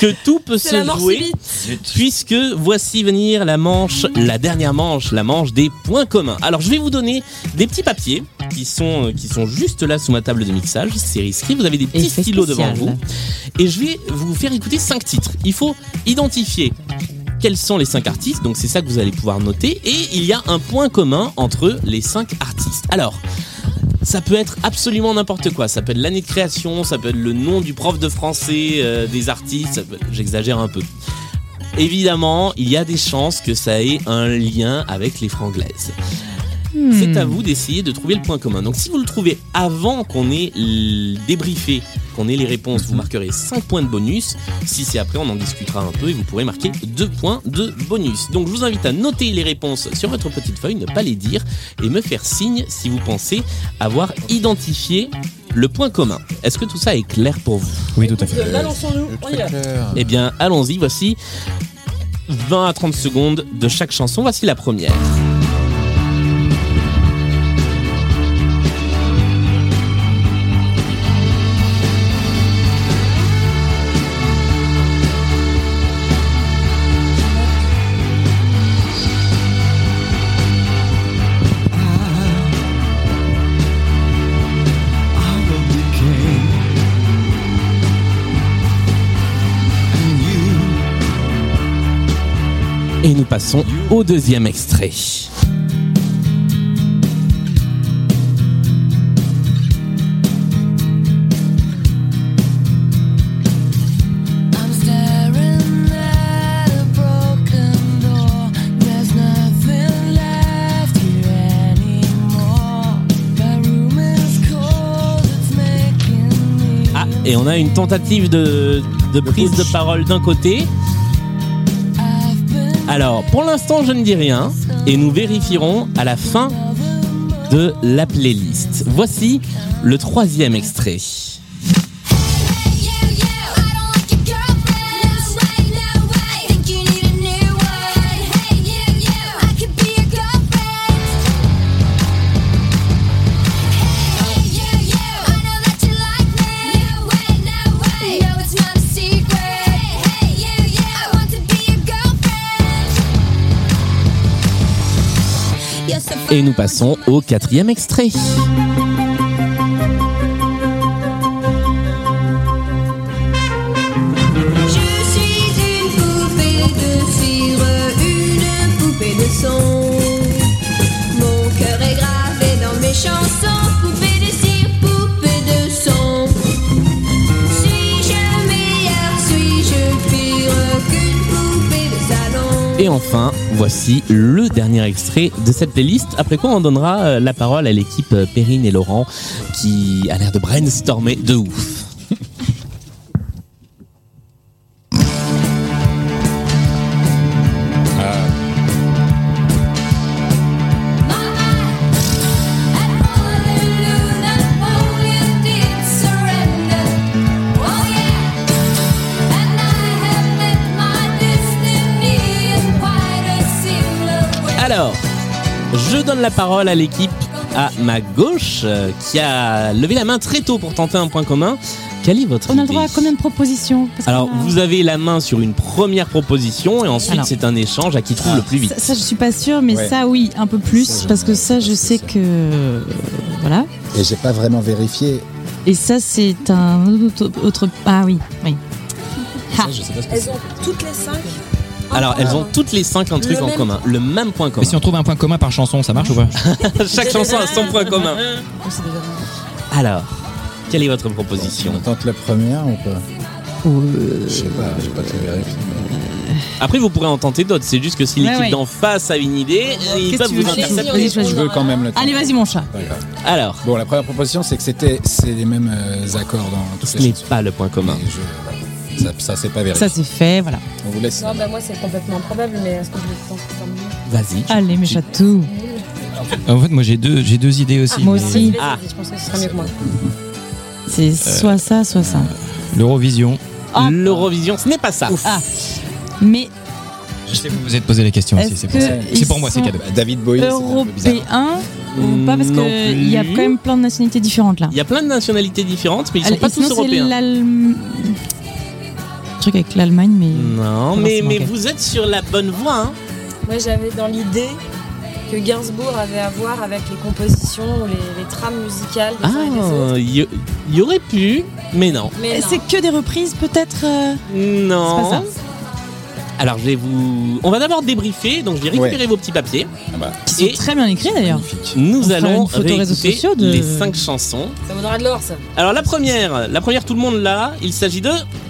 Speaker 1: que tout peut
Speaker 8: C'est la
Speaker 1: se
Speaker 8: mort
Speaker 1: jouer.
Speaker 8: subite.
Speaker 1: Puisque voici venir la manche, la dernière manche, la manche des points communs. Alors je vais vous donner des petits papiers qui sont, euh, qui sont juste là sous ma table de mixage. C'est risqué. Vous avez des petits
Speaker 5: Effet
Speaker 1: stylos devant
Speaker 5: spécial.
Speaker 1: vous. Et je vais vous faire écouter cinq titres. Il faut identifier quels sont les cinq artistes. Donc c'est ça que vous allez pouvoir noter. Et il y a un point commun entre les cinq artistes. Alors. Ça peut être absolument n'importe quoi. Ça peut être l'année de création, ça peut être le nom du prof de français, euh, des artistes. ça peut- J'exagère un peu. Évidemment, il y a des chances que ça ait un lien avec les franglaises.
Speaker 5: Hmm.
Speaker 1: C'est à vous d'essayer de trouver le point commun. Donc si vous le trouvez avant qu'on ait l- débriefé, qu'on ait les réponses, vous marquerez 5 points de bonus. Si c'est après, on en discutera un peu et vous pourrez marquer 2 points de bonus. Donc je vous invite à noter les réponses sur votre petite feuille, ne pas les dire et me faire signe si vous pensez avoir identifié le point commun. Est-ce que tout ça est clair pour vous Oui, tout à
Speaker 8: Euh, Balançons-nous, on y va.
Speaker 1: eh bien, allons-y, voici 20 à 30 secondes de chaque chanson. Voici la première. Et nous passons au deuxième extrait.
Speaker 13: I'm staring at a broken door. There's nothing left here anymore. The room is cold, it's making me.
Speaker 1: Ah, et on a une tentative de, de prise de parole d'un côté. Alors, pour l'instant, je ne dis rien et nous vérifierons à la fin de la playlist. Voici le troisième extrait. Et nous passons au quatrième extrait.
Speaker 13: Je suis une poupée de cire, une poupée de son. Mon cœur est gravé dans mes chansons, poupée de cire, poupée de son. Suis-je meilleure, suis-je pire qu'une poupée de salon?
Speaker 1: Et enfin, voici le dernier extrait de cette playlist. Après quoi, on donnera euh, la parole à l'équipe euh, Perrine et Laurent qui a l'air de brainstormer de ouf. Alors, je donne la parole à l'équipe à ma gauche euh, qui a levé la main très tôt pour tenter un point commun. Quelle est votre
Speaker 5: On a le
Speaker 1: idée
Speaker 5: droit à combien de propositions Parce qu'on
Speaker 1: Alors,
Speaker 5: a-
Speaker 1: vous avez la main sur une première proposition et ensuite
Speaker 5: Alors. Ah.
Speaker 1: c'est un échange à qui trouve le plus vite.
Speaker 5: Ça, ça, je suis pas sûre, mais
Speaker 1: Ouais.
Speaker 5: ça, oui, un peu plus, parce que ça, je sais que. Voilà.
Speaker 3: Et j'ai pas vraiment vérifié.
Speaker 5: Et ça, c'est un autre. autre- Ah oui, oui. Ha.
Speaker 4: Elles ont toutes les cinq.
Speaker 1: Alors, elles ont toutes les cinq un truc
Speaker 4: Le
Speaker 1: en
Speaker 4: même-
Speaker 1: commun, le même point commun.
Speaker 2: Mais si on trouve un point commun par chanson, ça marche ou pas
Speaker 1: Chaque chanson a son point commun. Alors, quelle est votre proposition
Speaker 3: On tente la première ou pas Je sais pas, j'ai pas tout vérifié.
Speaker 1: Après, vous pourrez en tenter d'autres. C'est juste que si
Speaker 5: Ouais,
Speaker 1: l'équipe
Speaker 5: ouais.
Speaker 1: d'en face a une idée, ils
Speaker 5: Qu'est-ce
Speaker 1: peuvent
Speaker 5: que tu
Speaker 1: vous
Speaker 5: veux choisir
Speaker 1: intercepter.
Speaker 5: Vas-y, choisis.
Speaker 3: Je veux quand même le temps.
Speaker 5: Allez, vas-y, mon chat.
Speaker 1: Alors.
Speaker 3: Bon, la première proposition, c'est que c'était c'est les mêmes euh, accords dans toutes
Speaker 1: Ce
Speaker 3: les
Speaker 1: n'est
Speaker 3: chansons.
Speaker 1: pas le point commun.
Speaker 3: Je- Ça, ça c'est pas vérifié.
Speaker 5: Ça, c'est fait, voilà.
Speaker 3: On vous laisse.
Speaker 4: Non, bah moi c'est complètement improbable, mais est-ce que je le pense que tant mieux
Speaker 1: Vas-y.
Speaker 5: Allez, mes chatous.
Speaker 2: En fait, moi j'ai deux, j'ai deux idées aussi.
Speaker 5: Ah, moi
Speaker 2: mais-
Speaker 5: aussi.
Speaker 4: Vas-y, vas-y, Je pense que ce sera mieux que moi.
Speaker 5: C'est soit ça, soit ça.
Speaker 2: L'Eurovision.
Speaker 1: L'Eurovision, ce n'est pas ça.
Speaker 5: Ah. Mais
Speaker 2: Je sais que vous vous êtes posé la question aussi.
Speaker 5: Est-ce
Speaker 2: C'est pour, ça.
Speaker 5: que
Speaker 2: C'est
Speaker 5: ils
Speaker 2: pour moi, c'est
Speaker 5: sont
Speaker 2: cadeau.
Speaker 3: euh, David Bowie.
Speaker 5: européen ou pas Parce
Speaker 1: Mm, Non
Speaker 5: qu'il y a
Speaker 1: plus.
Speaker 5: quand même plein de nationalités différentes là.
Speaker 1: Il y a plein de nationalités différentes, mais ils ne sont
Speaker 5: Allez,
Speaker 1: pas
Speaker 5: et sinon,
Speaker 1: tous
Speaker 5: c'est
Speaker 1: européens.
Speaker 5: l'Allem- truc avec l'Allemagne, mais.
Speaker 1: Non, mais,
Speaker 5: Pas forcément,
Speaker 1: mais
Speaker 5: ok.
Speaker 1: vous êtes sur la bonne voie. hein.
Speaker 4: Moi j'avais dans l'idée que Gainsbourg avait à voir avec les compositions ou les, les trames musicales. des uns et des autres.
Speaker 1: Ah, il y, il y aurait pu, mais non.
Speaker 4: Mais
Speaker 5: C'est que des reprises peut-être euh,
Speaker 1: Non.
Speaker 5: C'est pas ça.
Speaker 1: Alors, je vais vous. On va d'abord débriefer, donc je vais récupérer vos petits papiers.
Speaker 5: qui sont très bien écrites d'ailleurs.
Speaker 1: Nous
Speaker 5: On fera
Speaker 1: allons
Speaker 5: une photo réseaux
Speaker 1: réécouter
Speaker 5: sociaux de-
Speaker 1: les cinq chansons.
Speaker 4: Ça vaudra de l'or ça.
Speaker 1: Alors, la première, la première, tout le monde l'a. Il s'agit de.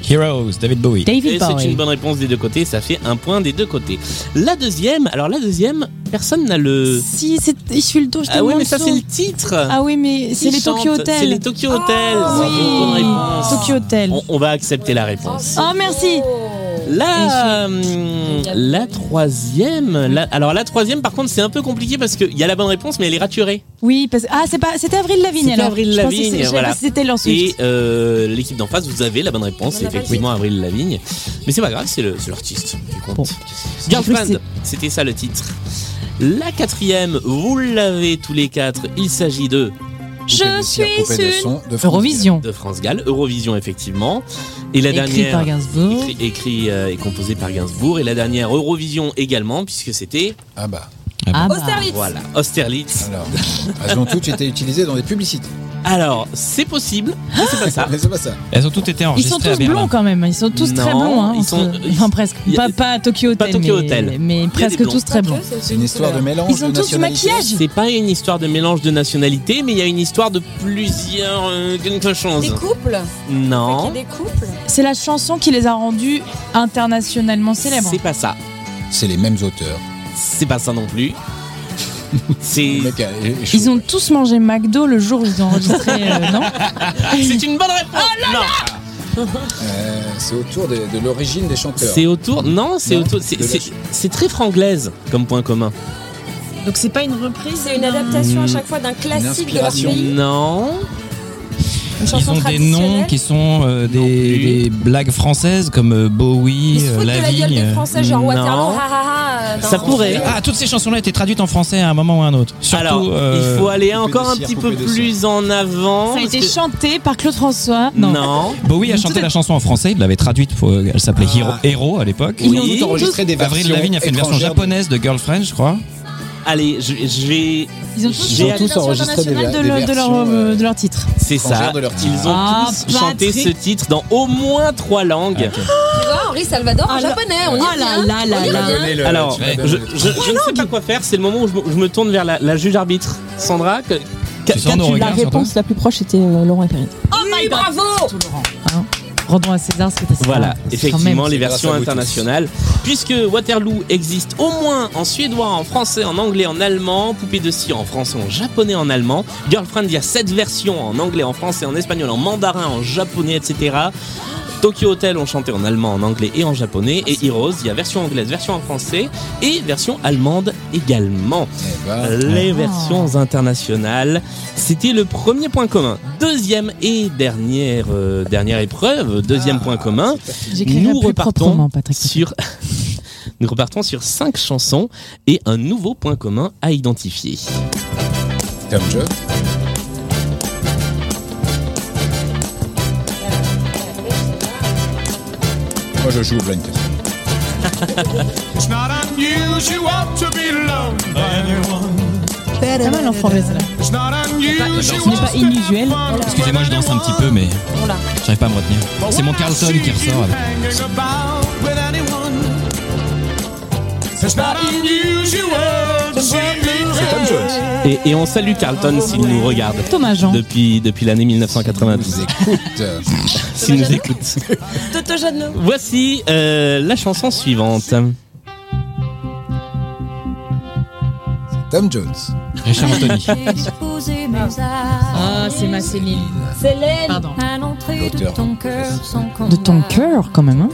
Speaker 2: Heroes, David Bowie.
Speaker 1: Et c'est une bonne réponse des deux côtés, ça fait un point des deux côtés. La deuxième, alors la deuxième, personne n'a le.
Speaker 5: Si, c'est je suis le dos, je te
Speaker 1: Ah oui,
Speaker 5: demande
Speaker 1: mais ça
Speaker 5: chaud.
Speaker 1: c'est le titre
Speaker 5: Ah oui, mais c'est
Speaker 1: Qui
Speaker 5: les Tokyo
Speaker 1: chante
Speaker 5: Hotel. Ah
Speaker 1: C'est les Tokyo Hotel C'est une
Speaker 5: oui.
Speaker 1: bonne réponse.
Speaker 5: Tokyo Hotel.
Speaker 1: On, on va accepter la réponse.
Speaker 5: Oh merci.
Speaker 1: La, hum, la troisième, la- alors la troisième par contre c'est un peu compliqué parce qu'il y a la bonne réponse mais elle est raturée.
Speaker 5: Oui, parce... ah c'est pas c'était Avril Lavigne
Speaker 1: C'était
Speaker 5: alors.
Speaker 1: Avril
Speaker 5: Je pensais que c'est-
Speaker 1: Lavigne,
Speaker 5: je savais
Speaker 1: voilà.
Speaker 5: pas si c'était Taylor
Speaker 1: Et
Speaker 5: Swift.
Speaker 1: euh, l'équipe d'en face, vous avez la bonne réponse,
Speaker 5: On
Speaker 1: c'est
Speaker 5: n'a pas
Speaker 1: effectivement Avril Lavigne. Mais c'est pas grave, c'est le- c'est l'artiste qui compte.
Speaker 5: Je crois que
Speaker 1: Girlfriend, c'était ça le titre. La quatrième, vous l'avez tous les quatre, il s'agit de.
Speaker 5: Je suis
Speaker 1: de
Speaker 5: une
Speaker 1: son de France
Speaker 5: Eurovision.
Speaker 1: De France Gall, Eurovision effectivement. Et la
Speaker 5: Écrit
Speaker 1: dernière.
Speaker 5: par Gainsbourg.
Speaker 1: Écrit, écrit, euh, et composé par Gainsbourg. Et la dernière, Eurovision également, puisque c'était.
Speaker 3: Ah bah.
Speaker 5: Ah bah.
Speaker 1: Voilà, Austerlitz.
Speaker 3: Alors, elles ont toutes été utilisées dans des publicités.
Speaker 1: Alors, c'est possible, mais c'est pas
Speaker 5: Ah,
Speaker 1: ça.
Speaker 3: Mais c'est pas ça.
Speaker 2: Elles ont toutes été
Speaker 5: Ils sont tous blonds quand même, ils sont tous très
Speaker 1: Non,
Speaker 5: blonds. Hein,
Speaker 1: ils sont-
Speaker 5: entre- enfin presque,
Speaker 1: y a-
Speaker 5: pas, pas à Tokyo Hotel,
Speaker 1: Tokyo
Speaker 5: mais,
Speaker 1: Hotel. Il y
Speaker 5: mais
Speaker 1: a
Speaker 5: presque
Speaker 1: des blonds.
Speaker 5: tous très blonds.
Speaker 3: C'est une histoire de mélange
Speaker 5: Ils ont
Speaker 3: de
Speaker 5: tous du
Speaker 3: nationalités.
Speaker 5: maquillage.
Speaker 1: C'est pas une histoire de mélange de nationalités, mais il y a une histoire de plusieurs euh, quelque chose.
Speaker 4: Des couples
Speaker 1: Non,
Speaker 4: Des couples
Speaker 5: C'est la chanson qui les a rendus internationalement célèbres.
Speaker 1: c'est pas ça.
Speaker 3: C'est les mêmes auteurs.
Speaker 1: C'est pas ça non plus. C'est
Speaker 3: Le mec a- est- est chaud.
Speaker 5: Ils ont tous mangé McDo le jour où ils ont enregistré, euh, non
Speaker 1: Ah, c'est une
Speaker 5: Ah,
Speaker 1: bonne réponse. Non.
Speaker 3: Euh, c'est autour de, de l'origine des chanteurs.
Speaker 1: C'est autour. Non, c'est
Speaker 3: Non,
Speaker 1: autour. C'est,
Speaker 3: de la-
Speaker 1: c'est- c'est très franglaise comme point commun.
Speaker 5: Donc c'est pas une reprise,
Speaker 4: C'est une adaptation à chaque fois d'un classique de leur
Speaker 3: inspiration.
Speaker 4: pays.
Speaker 1: Non.
Speaker 4: Une
Speaker 2: Ils
Speaker 4: chanson
Speaker 2: ont des noms
Speaker 4: traditionnelle.
Speaker 2: qui sont euh, des, des blagues françaises comme euh, Bowie,
Speaker 4: Ils se
Speaker 2: euh,
Speaker 4: foutent de la gueule
Speaker 2: Lavigne.
Speaker 4: des Français, genre
Speaker 1: non.
Speaker 4: Waterloo, ha ha ha. euh,
Speaker 1: Ça
Speaker 4: dans-
Speaker 1: pourrait.
Speaker 2: Ah, toutes ces chansons-là étaient traduites en français à un moment ou à un autre. Surtout,
Speaker 1: Alors,
Speaker 2: euh,
Speaker 1: il faut aller
Speaker 3: poupée
Speaker 1: encore
Speaker 3: de
Speaker 1: un
Speaker 3: cire,
Speaker 1: petit peu
Speaker 3: poupée de
Speaker 1: plus en avant.
Speaker 5: Ça a
Speaker 1: parce
Speaker 5: été
Speaker 1: que-
Speaker 5: chanté par Claude François. Non.
Speaker 1: Non.
Speaker 2: Bowie a
Speaker 5: Tout
Speaker 2: chanté
Speaker 5: est-
Speaker 2: la chanson en français, il l'avait traduite, pour- elle s'appelait Hero, Hero à l'époque.
Speaker 3: Ah. Ils ont
Speaker 1: Oui.
Speaker 3: tout enregistré des versions.
Speaker 2: Avril Lavigne a fait une version
Speaker 3: étrangères de-
Speaker 2: japonaise de Girlfriend, je crois.
Speaker 4: Ah,
Speaker 1: Allez, je, je vais.
Speaker 5: Ils ont tous
Speaker 1: J'ai
Speaker 5: chanté
Speaker 3: tous
Speaker 5: la version
Speaker 3: enregistré des-
Speaker 5: internationale de,
Speaker 3: des
Speaker 5: leur- de leur,
Speaker 3: versions,
Speaker 5: euh,
Speaker 3: euh,
Speaker 5: de leur titre.
Speaker 1: C'est ça.
Speaker 3: Étrangères de leur titre.
Speaker 1: Ils ont
Speaker 5: Ah,
Speaker 1: tous chanté
Speaker 5: Patrick.
Speaker 1: ce titre dans au moins trois langues.
Speaker 4: Tu vois, Henri Salvador en
Speaker 5: Ah là-
Speaker 4: japonais. On y
Speaker 5: Ah là
Speaker 4: revient.
Speaker 5: là là
Speaker 4: On y
Speaker 5: là.
Speaker 4: revient.
Speaker 3: Donnez le-
Speaker 1: Alors,
Speaker 3: tu vas
Speaker 1: je,
Speaker 3: donner
Speaker 1: je-
Speaker 3: le-
Speaker 1: je- je ne sais pas quoi faire. C'est le moment où je, me- je me tourne vers la, la juge arbitre, Sandra. que-
Speaker 2: Tu sens nos
Speaker 14: La
Speaker 2: regards sur toi
Speaker 14: réponse la plus proche était euh, Laurent et Perrine.
Speaker 4: Oh my bravo
Speaker 5: Tout Laurent. hein. Rendons à César ce que t'as
Speaker 1: Voilà,
Speaker 3: Ah,
Speaker 1: effectivement, les
Speaker 3: grâce
Speaker 1: versions
Speaker 3: à vous tous.
Speaker 1: internationales. Puisque Waterloo existe au moins en suédois, en français, en anglais, en allemand, Poupée de cire en français, en japonais, en allemand, Girlfriend, il y a 7 versions en anglais, en français, en espagnol, en mandarin, en japonais, etc. Tokyo Hotel, on chantait en allemand, en anglais et en japonais. Et Heroes, il y a version anglaise, version en français et version allemande également.
Speaker 3: Eh ben,
Speaker 1: Les
Speaker 5: Ah.
Speaker 1: versions internationales, c'était le premier point commun. Deuxième et dernière, euh, dernière épreuve, deuxième
Speaker 3: Ah,
Speaker 1: point commun.
Speaker 5: J'écrirai
Speaker 1: Nous
Speaker 5: plus
Speaker 1: repartons
Speaker 5: proprement, Patrick.
Speaker 1: sur nous repartons sur cinq chansons et un nouveau point commun à identifier.
Speaker 3: Tom Job. Moi, je joue au blind test.
Speaker 9: It's not unusual to be loved by anyone.
Speaker 5: Pas mal en française là.
Speaker 9: It's not unusual.
Speaker 5: Ce n'est pas inusuel.
Speaker 2: Excusez-moi, je danse un petit peu, mais
Speaker 4: euh,
Speaker 2: j'arrive pas à me retenir.
Speaker 4: Bah
Speaker 2: C'est mon Carlton qui ressort. avec.
Speaker 9: hanging about with anyone. It's not unusual to see me
Speaker 1: Et, et on salue Carlton s'il nous regarde.
Speaker 5: Thomas Jean.
Speaker 1: Depuis, depuis l'année 1992.
Speaker 3: euh,
Speaker 1: S'il nous écoute.
Speaker 4: Toto Jeannot.
Speaker 1: Voici euh, la chanson suivante.
Speaker 3: Tom Jones.
Speaker 2: Richard Anthony.
Speaker 5: Ah, c'est ma Céline.
Speaker 4: Céline.
Speaker 5: Pardon.
Speaker 6: À l'entrée de ton cœur sans qu'on
Speaker 5: De
Speaker 2: Ah.
Speaker 5: ton cœur quand même. Hein.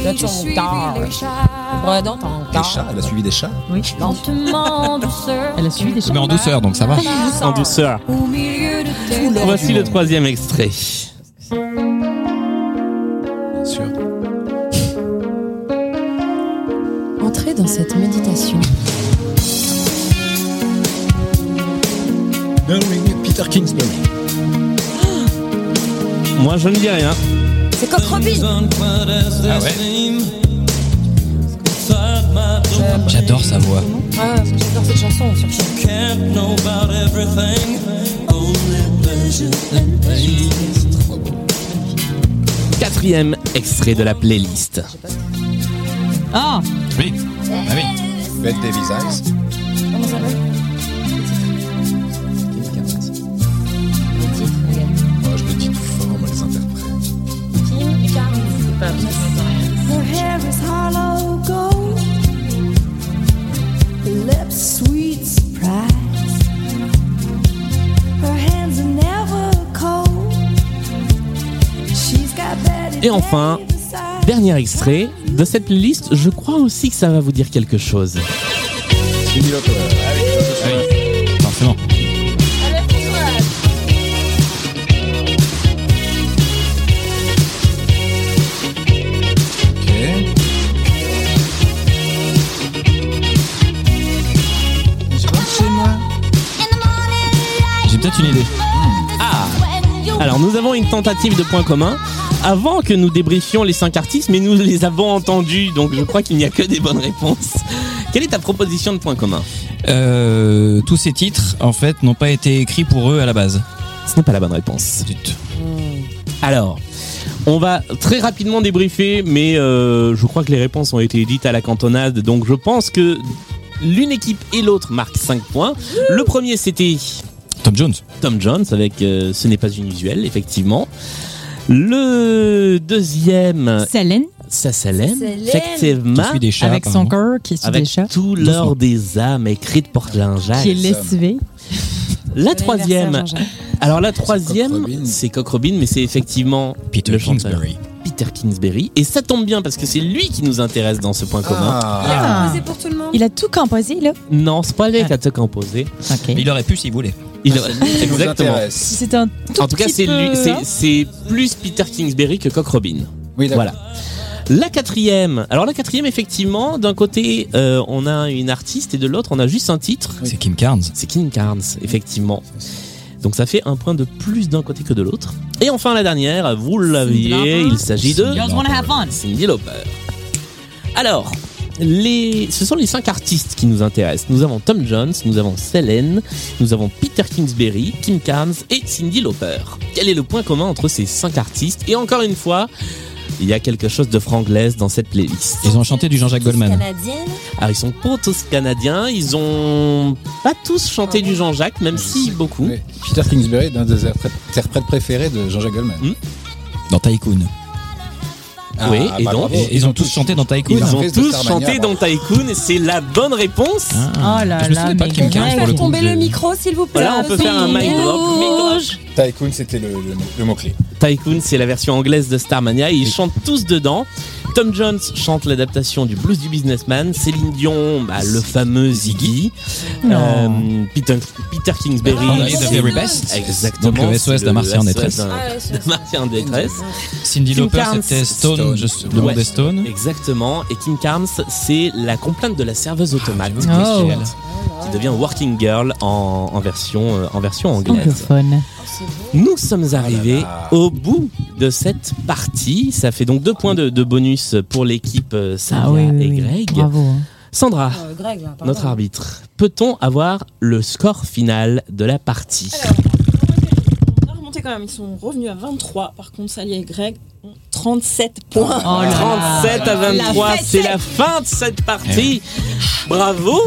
Speaker 4: De ton corps. Ouais, dans ton
Speaker 3: Des
Speaker 4: corps.
Speaker 3: chats, elle a suivi des chats.
Speaker 5: Oui.
Speaker 6: Lentement, douceur.
Speaker 5: Elle a suivi des
Speaker 2: Mais en douceur, donc ça va.
Speaker 1: En douceur.
Speaker 6: Au milieu de tes
Speaker 1: Voici le troisième extrait.
Speaker 3: Bien sûr.
Speaker 4: Entrez dans cette méditation.
Speaker 3: Peter Kingsbury.
Speaker 1: Moi, je ne dis rien.
Speaker 4: C'est Coq Robin.
Speaker 2: Ah ouais J'adore sa voix.
Speaker 4: Ah, j'adore cette chanson. surtout.
Speaker 1: Quatrième extrait de la playlist.
Speaker 5: Ah,
Speaker 2: Oui. Ah oui.
Speaker 3: Bette Davis Eyes.
Speaker 4: Comment ça va Le titre, regarde.
Speaker 3: Oh, je le dis tout fort, moi, les interprètes.
Speaker 4: Kim Carnes.
Speaker 13: Her hair is hollow gold, her lips sweet surprise. Her hands are never cold. She's got Betty
Speaker 1: Et enfin,
Speaker 13: Davis eyes.
Speaker 1: dernier extrait de cette playlist. Je crois aussi que ça va vous dire quelque chose.
Speaker 3: Cindy Lauper.
Speaker 2: Ah oui. Forcément.
Speaker 3: Ok. Je rentre chez moi.
Speaker 2: J'ai peut-être une idée.
Speaker 1: Ah Alors nous avons une tentative de point commun avant que nous débriefions les cinq artistes, mais nous les avons entendus, donc je crois qu'il n'y a que des bonnes réponses. Quelle est ta proposition de point commun
Speaker 2: Euh, tous ces titres, en fait, n'ont pas été écrits pour eux à la base.
Speaker 1: Ce n'est pas la bonne réponse.
Speaker 2: Zut.
Speaker 1: Alors, on va très rapidement débriefer, mais euh, je crois que les réponses ont été dites à la cantonade, donc je pense que l'une équipe et l'autre marquent 5 points. Le premier c'était
Speaker 2: Tom Jones.
Speaker 1: Tom Jones avec euh, Ce n'est pas inusuel, effectivement. Le deuxième,
Speaker 5: Céline
Speaker 1: ça s'appelle,
Speaker 4: Salem.
Speaker 2: Qui
Speaker 1: effectivement.
Speaker 2: suit des chats.
Speaker 5: avec son
Speaker 2: apparemment.
Speaker 5: cœur qui est sous des
Speaker 1: avec
Speaker 5: chats,
Speaker 1: tout
Speaker 2: Doucement.
Speaker 1: l'or des âmes écrit de Portlingage.
Speaker 5: qui est lessivé.
Speaker 1: La
Speaker 4: Bon
Speaker 1: troisième,
Speaker 4: anniversaire, Jean-Jacques.
Speaker 1: alors la
Speaker 3: Cock
Speaker 1: troisième,
Speaker 3: Robin.
Speaker 1: c'est Cock Robin, mais c'est effectivement
Speaker 2: Peter
Speaker 1: le chanteur
Speaker 2: Kingsbury.
Speaker 1: Peter Kingsbury. Et ça tombe bien parce que c'est lui qui nous intéresse dans ce point commun.
Speaker 3: Ah.
Speaker 5: Ah.
Speaker 4: C'est pour tout le monde.
Speaker 5: Il a tout composé là.
Speaker 1: Non, c'est pas lui qui a tout composé.
Speaker 5: Ok.
Speaker 2: Il aurait pu s'il voulait.
Speaker 1: Il-
Speaker 3: Ah, Qui nous
Speaker 1: Exactement.
Speaker 3: intéresse.
Speaker 5: C'est un tout
Speaker 1: En tout cas,
Speaker 5: petit
Speaker 1: c'est lui,
Speaker 5: peu,
Speaker 1: c'est-
Speaker 5: hein.
Speaker 1: c'est plus Peter Kingsbury que Cock Robin.
Speaker 3: Oui, d'accord.
Speaker 1: Voilà. La quatrième. Alors la quatrième, effectivement, d'un côté, euh, on a une artiste et de l'autre, on a juste un titre.
Speaker 2: C'est Kim Carnes.
Speaker 1: C'est King Carnes, effectivement. Donc ça fait un point de plus d'un côté que de l'autre. Et enfin la dernière, vous l'aviez, il s'agit de
Speaker 5: Girls wanna have fun.
Speaker 1: Cindy Lauper. Alors, les... ce sont les cinq artistes qui nous intéressent. Nous avons Tom Jones, nous avons Selene, nous avons Peter Kingsbury, Kim Carnes et Cindy Lauper. Quel est le point commun entre ces cinq artistes Et encore une fois, il y a quelque chose de franglaise dans cette playlist.
Speaker 2: Ils ont chanté du Jean-Jacques Goldman.
Speaker 4: Canadienne.
Speaker 1: Alors ils sont pas tous canadiens, ils ont pas tous chanté du Jean-Jacques, même si beaucoup.
Speaker 3: Oui. Peter Kingsbury est un des interprètes interprètes préférés de Jean-Jacques Goldman.
Speaker 2: Dans Tycoon.
Speaker 1: Oh.
Speaker 3: Ah,
Speaker 1: Oui,
Speaker 3: bah,
Speaker 1: et donc
Speaker 2: Et ils ont tous chanté dans Tycoon.
Speaker 1: Ils
Speaker 3: Ils ont
Speaker 1: ont
Speaker 3: fait de
Speaker 1: tous
Speaker 3: Starmania,
Speaker 1: chanté dans
Speaker 3: bravo.
Speaker 1: Tycoon et c'est la bonne réponse.
Speaker 2: Ah.
Speaker 5: Oh là
Speaker 2: Je me
Speaker 5: là,
Speaker 2: souvenais pas de
Speaker 5: mais
Speaker 2: Kim Carnes
Speaker 5: ouais.
Speaker 2: pour le
Speaker 4: Faites
Speaker 2: coup.
Speaker 4: tomber le micro, s'il vous plaît.
Speaker 1: Voilà, on peut faire un mic drop.
Speaker 4: Rouge.
Speaker 3: Tycoon, c'était le, le, le mot-clé.
Speaker 1: Tycoon, c'est la version anglaise de Starmania. Ils chantent tous dedans. Tom Jones chante l'adaptation du blues du businessman. Céline Dion, bah, le fameux Ziggy. Euh, Peter, Peter Kingsbury.
Speaker 2: Only Ah, the very best.
Speaker 1: Exactement.
Speaker 2: Donc le SOS d'un martien en
Speaker 1: SOS
Speaker 2: détresse.
Speaker 1: d'un-
Speaker 4: Ah, ouais, c'est-
Speaker 1: d'un martien en détresse.
Speaker 2: Cindy
Speaker 1: Kim
Speaker 2: Lauper,
Speaker 1: Carnes.
Speaker 2: c'était Stone,
Speaker 3: Stone.
Speaker 2: je le nom
Speaker 1: Ouais.
Speaker 2: des Stone.
Speaker 1: Exactement. Et Kim Carnes, c'est la complainte de la serveuse automate.
Speaker 2: Ah,
Speaker 5: Oh.
Speaker 1: Michelle, Qui devient Working Girl en, en version, euh, en version anglaise.
Speaker 5: Anglophone.
Speaker 1: Nous sommes arrivés
Speaker 3: Oh là là.
Speaker 1: au bout de cette partie. Ça fait donc deux points de, de bonus pour l'équipe euh, Sarah
Speaker 14: Ah oui, oui,
Speaker 1: et
Speaker 14: oui.
Speaker 1: Greg.
Speaker 14: Bravo, hein.
Speaker 1: Sandra,
Speaker 4: Euh, Greg, là, pardon.
Speaker 1: notre arbitre, peut-on avoir le score final de la partie
Speaker 8: On a remonté quand même, ils sont revenus à 23. Par contre, Sally et Greg ont 37 points.
Speaker 1: Oh
Speaker 5: Oh
Speaker 1: 37 à 23, c'est la fin de cette partie. Bravo,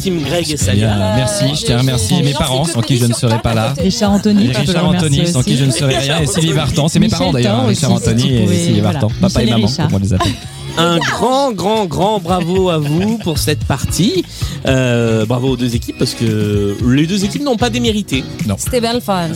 Speaker 1: Team Greg et
Speaker 2: Eh bien,
Speaker 1: Salia.
Speaker 2: merci, je tiens à remercier mes parents sans qui je ne serais pas là.
Speaker 14: Richard Anthony, tu peux le
Speaker 2: Richard
Speaker 14: remercier
Speaker 2: Anthony, sans
Speaker 14: aussi.
Speaker 2: qui je ne serais rien, et Sylvie Vartan, c'est mes
Speaker 14: Michel
Speaker 2: parents d'ailleurs,
Speaker 14: Thor
Speaker 2: hein,
Speaker 14: aussi,
Speaker 2: Richard
Speaker 14: si tu
Speaker 2: Anthony et
Speaker 14: pouvais,
Speaker 2: Sylvie
Speaker 14: voilà.
Speaker 2: Vartan, papa et
Speaker 14: Michel et
Speaker 2: maman,
Speaker 14: Richard.
Speaker 2: comme on les appelle.
Speaker 1: Un grand, grand, grand bravo à vous pour cette partie. Euh, bravo aux deux équipes parce que les deux équipes n'ont pas démérité. Non.
Speaker 4: C'était bien le fun.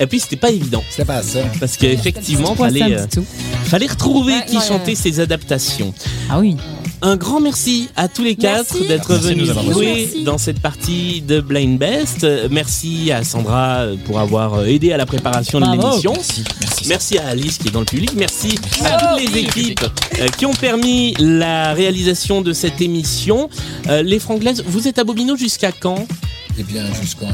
Speaker 1: Et puis c'était pas évident.
Speaker 3: C'était pas assez.
Speaker 1: Parce qu'effectivement,
Speaker 4: C'était pas
Speaker 1: fallait,
Speaker 4: simple
Speaker 1: euh,
Speaker 4: du tout.
Speaker 1: fallait retrouver
Speaker 4: Ouais,
Speaker 1: qui
Speaker 4: non,
Speaker 1: chantait
Speaker 4: euh,
Speaker 1: ces adaptations. Ah oui. Un grand merci à tous les
Speaker 4: Merci.
Speaker 1: quatre d'être
Speaker 2: Merci de
Speaker 1: venus
Speaker 2: nous avoir
Speaker 1: jouer
Speaker 2: reçus.
Speaker 1: dans cette partie de Blind Best. Euh, Merci à Sandra euh, pour avoir euh, aidé à la préparation de
Speaker 2: Bravo.
Speaker 1: l'émission.
Speaker 2: Merci,
Speaker 1: Merci à Alice qui est dans le public. Merci à toutes les équipes euh, qui ont permis la réalisation de cette émission. Euh, Les Franglaises, vous êtes à Bobino jusqu'à quand
Speaker 3: Eh bien, jusqu'en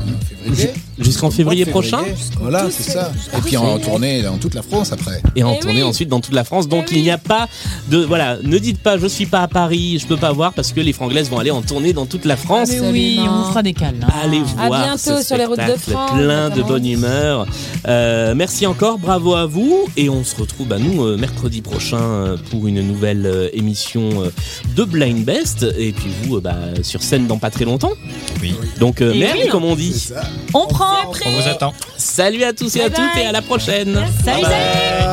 Speaker 3: février.
Speaker 1: Jusqu'en février
Speaker 3: Mois de
Speaker 1: prochain
Speaker 3: Voilà, c'est ça. Et puis en tournée dans toute la France après.
Speaker 1: et
Speaker 5: Eh
Speaker 1: en tournée ensuite dans toute la France. Donc il n'y a pas de voilà, ne dites pas je suis pas à Paris, je peux pas voir parce que les Franglaises vont aller en tournée dans toute la France.
Speaker 5: Ah, Mais oui, on vous fera des hein. câlins.
Speaker 1: Allez
Speaker 5: À
Speaker 1: voir
Speaker 5: bientôt
Speaker 1: ce
Speaker 5: sur les routes de
Speaker 1: spectacle
Speaker 5: France,
Speaker 1: plein de
Speaker 5: notamment.
Speaker 1: bonne humeur. Euh, merci encore, bravo à vous et on se retrouve à nous euh, mercredi prochain euh, pour une nouvelle euh, émission euh, de Blind Best et puis vous euh, bah, sur scène dans pas très longtemps.
Speaker 2: Oui.
Speaker 1: Donc euh,
Speaker 2: Et
Speaker 1: merde
Speaker 2: oui.
Speaker 1: comme on dit.
Speaker 2: C'est ça.
Speaker 1: On prend.
Speaker 2: On vous attend.
Speaker 1: Salut à tous et à
Speaker 2: Bye bye.
Speaker 1: toutes et à la prochaine.
Speaker 2: Salut,
Speaker 1: Bye bye.